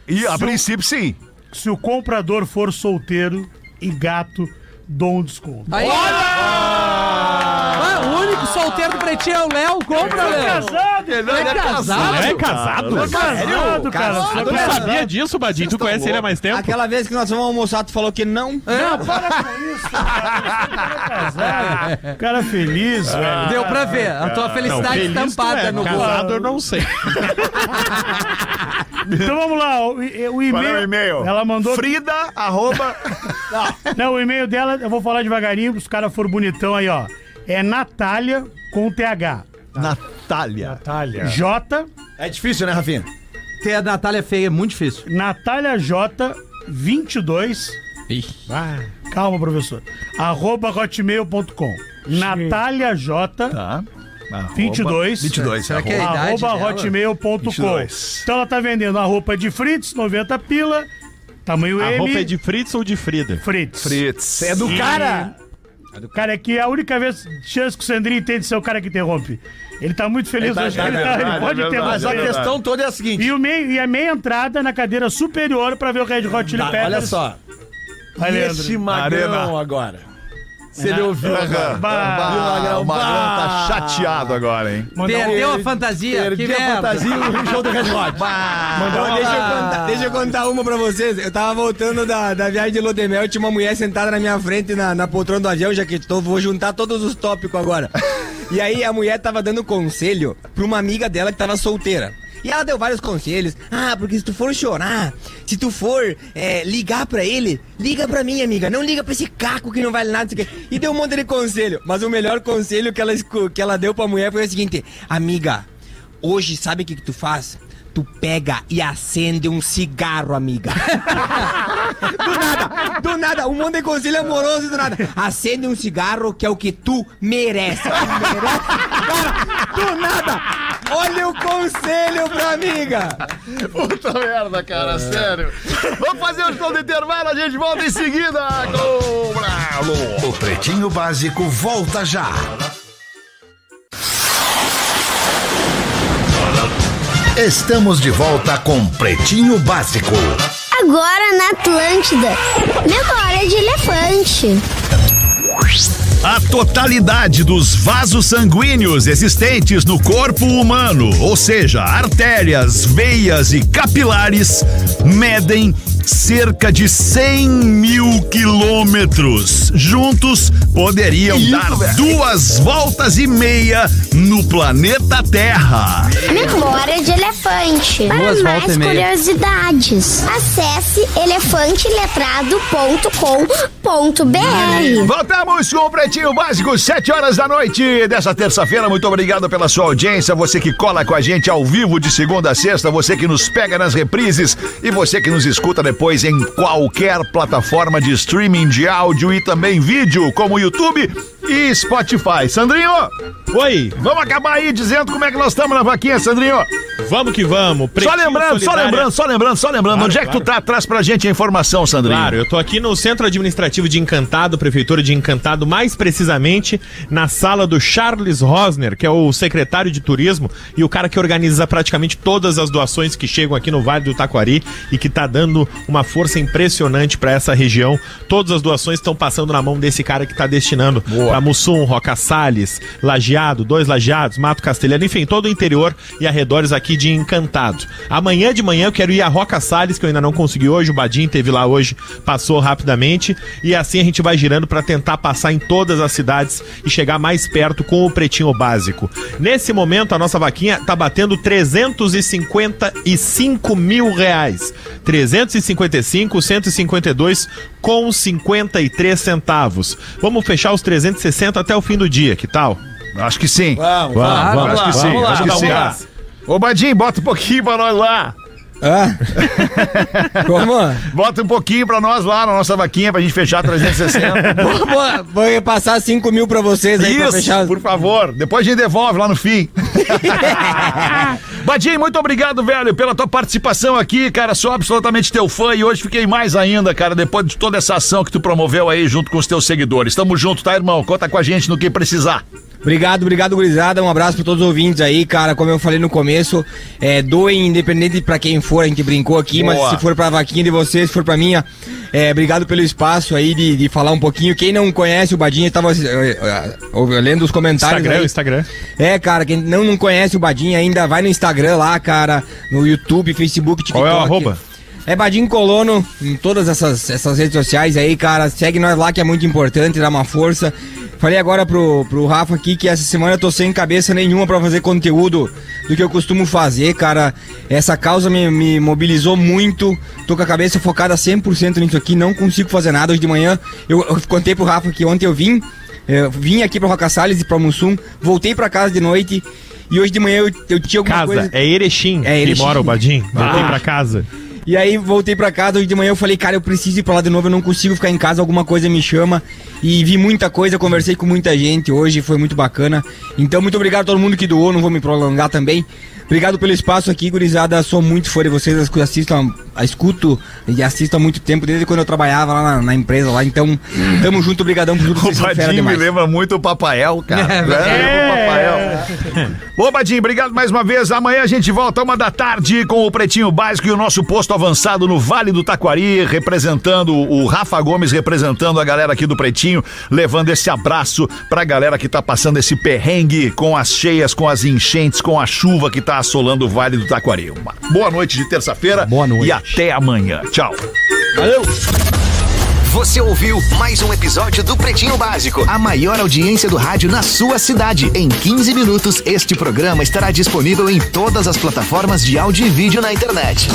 E a princípio, sim.
se o comprador for solteiro e gato, dou um desconto.
Aí. Ah, o único solteiro do pretinho é o Léo. Compra, Léo.
Casado!
Ele não
É casado?
Ele é casado?
Tô casado, cara.
Eu
Só
não
pra-
sabia disso, Badinho. Tu conhece ele há mais tempo?
né? Aquela vez que nós fomos almoçar, tu falou que não.
Não,
Casado. Cara feliz,
Ah.
velho.
Deu pra ver. A tua felicidade
feliz tu
estampada
é,
no
casado
corpo.
eu não sei.
Então vamos lá, o, e- o
Qual é
e-mail.
o e-mail?
Ela mandou.
Frida, arroba...
Não, o e-mail dela, eu vou falar devagarinho, os caras foram bonitão aí, ó. É Natália com TH.
Natália.
Natália. J,
É difícil, né, Rafinha?
Ter a Natália feia é muito difícil.
Natália J, 22. Ah, Calma, professor. Arroba hotmail.com. Natália J,
Tá.
Arroba 22.
22,
Será que é a idade
arroba
Arroba
dela?
hotmail.com.
22.
Então ela tá vendendo a roupa de Fritz, 90 pila. Tamanho
A
M.
roupa é de Fritz ou de Frida?
Fritz.
Fritz.
É do
E-
cara. É do cara que a única vez chance que o Sandrinho tem de ser o cara que interrompe. Ele tá muito feliz
Ele tá-
hoje.
tá-
ele,
é
tá-
verdade,
ele pode
é
interromper.
verdade, Mas a é verdade. questão toda é a seguinte.
E, o meio, e a meia entrada na cadeira superior pra ver o Red Hot Chili
Tá,
Peppers.
olha só.
Vai,
E
Leandro.
esse magrão
Arena.
agora? Se ele ouviu
Aham.
agora.
Bah.
Viu, magrão?
O magrão tá
Bah.
chateado agora, hein?
Perdeu a fantasia.
um Perdi
que
a
merda.
fantasia e o show do Red Hot.
Mandou uma- deixa, eu contar, deixa eu contar uma pra vocês. Eu tava voltando da, da viagem de Lodemel, tinha uma mulher sentada na minha frente na, na poltrona do avião, já que tô, vou juntar todos os tópicos agora. E aí a mulher tava dando conselho pra uma amiga dela que tava solteira. E ela deu vários conselhos. Ah, porque se tu for chorar, se tu for é, ligar pra ele, liga pra mim, amiga. Não liga pra esse caco que não vale nada. não sei o quê. E deu um monte de conselho. Mas o melhor conselho que ela, escu- que ela deu pra mulher foi o seguinte: Amiga, Hoje, sabe o que, que tu faz? Tu pega e acende um cigarro, amiga. do nada, do nada, um monte de conselho amoroso e do nada. Acende um cigarro que é o que tu merece. Tu merece. Cara, do nada. Olha o conselho pra amiga.
Puta merda, cara, sério. Vamos fazer o show do intervalo, a gente volta em seguida com o Bravo.
O Pretinho Básico volta já. Estamos de volta com Pretinho Básico.
Agora na Atlântida. Memória de elefante.
A totalidade dos vasos sanguíneos existentes no corpo humano, ou seja, artérias, veias e capilares, medem cerca de 100 mil quilômetros. Juntos poderiam dar duas voltas e meia no planeta Terra.
Memória de elefante. Para
Duas volta
mais
e meia.
curiosidades, acesse elefanteletrado.com.br.
Voltamos com o Pretinho Básico, 7 horas da noite dessa terça-feira. Muito obrigado pela sua audiência. Você que cola com a gente ao vivo de segunda a sexta, você que nos pega nas reprises e você que nos escuta depois em qualquer plataforma de streaming de áudio e também vídeo, como YouTube e Spotify. Sandrinho! Oi! Vamos acabar aí dizendo como é que nós estamos na vaquinha, Sandrinho!
Vamos que vamos!
Só
Pretinho
lembrando, só
Solidária.
lembrando, só lembrando, só lembrando.
Claro,
Onde é que tu tá? Traz pra gente a informação, Sandrinho.
Claro, eu tô aqui no Centro Administrativo de Encantado, Prefeitura de Encantado, mais precisamente na sala do Charles Rosner, que é o secretário de Turismo e o cara que organiza praticamente todas as doações que chegam aqui no Vale do Taquari e que tá dando uma força impressionante pra essa região. Todas as doações estão passando na mão desse cara que tá destinando pra Mussum, Roca Salles, Lajeado, Dois Lajeados, Mato Castelhano, enfim, todo o interior e arredores aqui de Encantado. Amanhã de manhã eu quero ir a Roca Salles, que eu ainda não consegui hoje, o Badim teve lá hoje, passou rapidamente, e assim a gente vai girando para tentar passar em todas as cidades e chegar mais perto com o pretinho básico. Nesse momento a nossa vaquinha tá batendo 355 mil reais. 355, 152 com 53 centavos. Vamos fechar os 360 até o fim do dia, que tal?
Acho que sim.
Ah, Vamos,
acho que sim, acho que sim. Ô, Badinho, bota um pouquinho pra nós lá.
Como?
Bota um pouquinho pra nós lá na nossa vaquinha pra gente fechar 360.
Vou- vou- Vou passar 5 mil pra vocês aí pra
Isso,
fechar.
por favor. Depois a gente devolve lá no fim. Badinho, muito obrigado, velho, pela tua participação aqui, cara. Sou absolutamente teu fã e hoje fiquei mais ainda, cara, depois de toda essa ação que tu promoveu aí junto com os teus seguidores. Tamo junto, tá, irmão? Conta com a gente no que precisar.
Obrigado, obrigado, gurizada. Um abraço pra todos os ouvintes aí, cara. Como eu falei no começo, é, doem independente pra quem for, a gente brincou aqui,
Boa.
mas se for pra vaquinha de vocês, se for pra minha, é, obrigado pelo espaço aí de, de falar um pouquinho. Quem não conhece o Badinho, eu tava eh, eh, lendo os comentários
Instagram,
aí.
Instagram.
É, cara, quem não, não conhece o Badinho ainda, vai no Instagram lá, cara, no YouTube, Facebook, TikTok.
Qual é o arroba?
É Badinho Colono em todas essas, essas redes sociais aí, cara. Segue nós lá que é muito importante, dá uma força. Falei agora pro, pro Rafa aqui que essa semana eu tô sem cabeça nenhuma pra fazer conteúdo do que eu costumo fazer, cara. Essa causa me, me mobilizou muito. Tô com a cabeça focada 100% nisso aqui, não consigo fazer nada hoje de manhã. Eu, eu contei pro Rafa que ontem eu vim, eu vim aqui pra Roca Salles e pra Mussum, voltei pra casa de noite e hoje de manhã eu, eu tinha alguma
Casa,
coisa...
é Erechim,
É
que
Erechim.
mora o Badim. Voltei
Ah.
pra casa.
E aí voltei pra casa, hoje de manhã eu falei, cara, eu preciso ir pra lá de novo, eu não consigo ficar em casa, alguma coisa me chama. E vi muita coisa, conversei com muita gente hoje, foi muito bacana. Então, muito obrigado a todo mundo que doou, não vou me prolongar também. Obrigado pelo espaço aqui, gurizada. Sou muito fã de vocês, as- assisto, a- escuto e assisto há muito tempo, desde quando eu trabalhava lá na, na empresa lá. Então, tamo junto, obrigadão por tudo que
é
vocês são fera
Badinho me
demais.
lembra muito o Papael, cara.
É,
Né?
verdade.
Lembra o Papael. Ô, Badinho, obrigado mais uma vez. Amanhã a gente volta Então, uma da tarde com o Pretinho Básico e o nosso posto avançado no Vale do Taquari, representando o Rafa Gomes, representando a galera aqui do Pretinho, levando esse abraço pra galera que tá passando esse perrengue com as cheias, com as enchentes, com a chuva que tá assolando o Vale do Taquari. Uma boa noite de terça-feira. Boa noite. E até amanhã. Tchau.
Valeu! Você ouviu mais um episódio do Pretinho Básico, a maior audiência do rádio na sua cidade. Em 15 minutos, este programa estará disponível em todas as plataformas de áudio e vídeo na internet.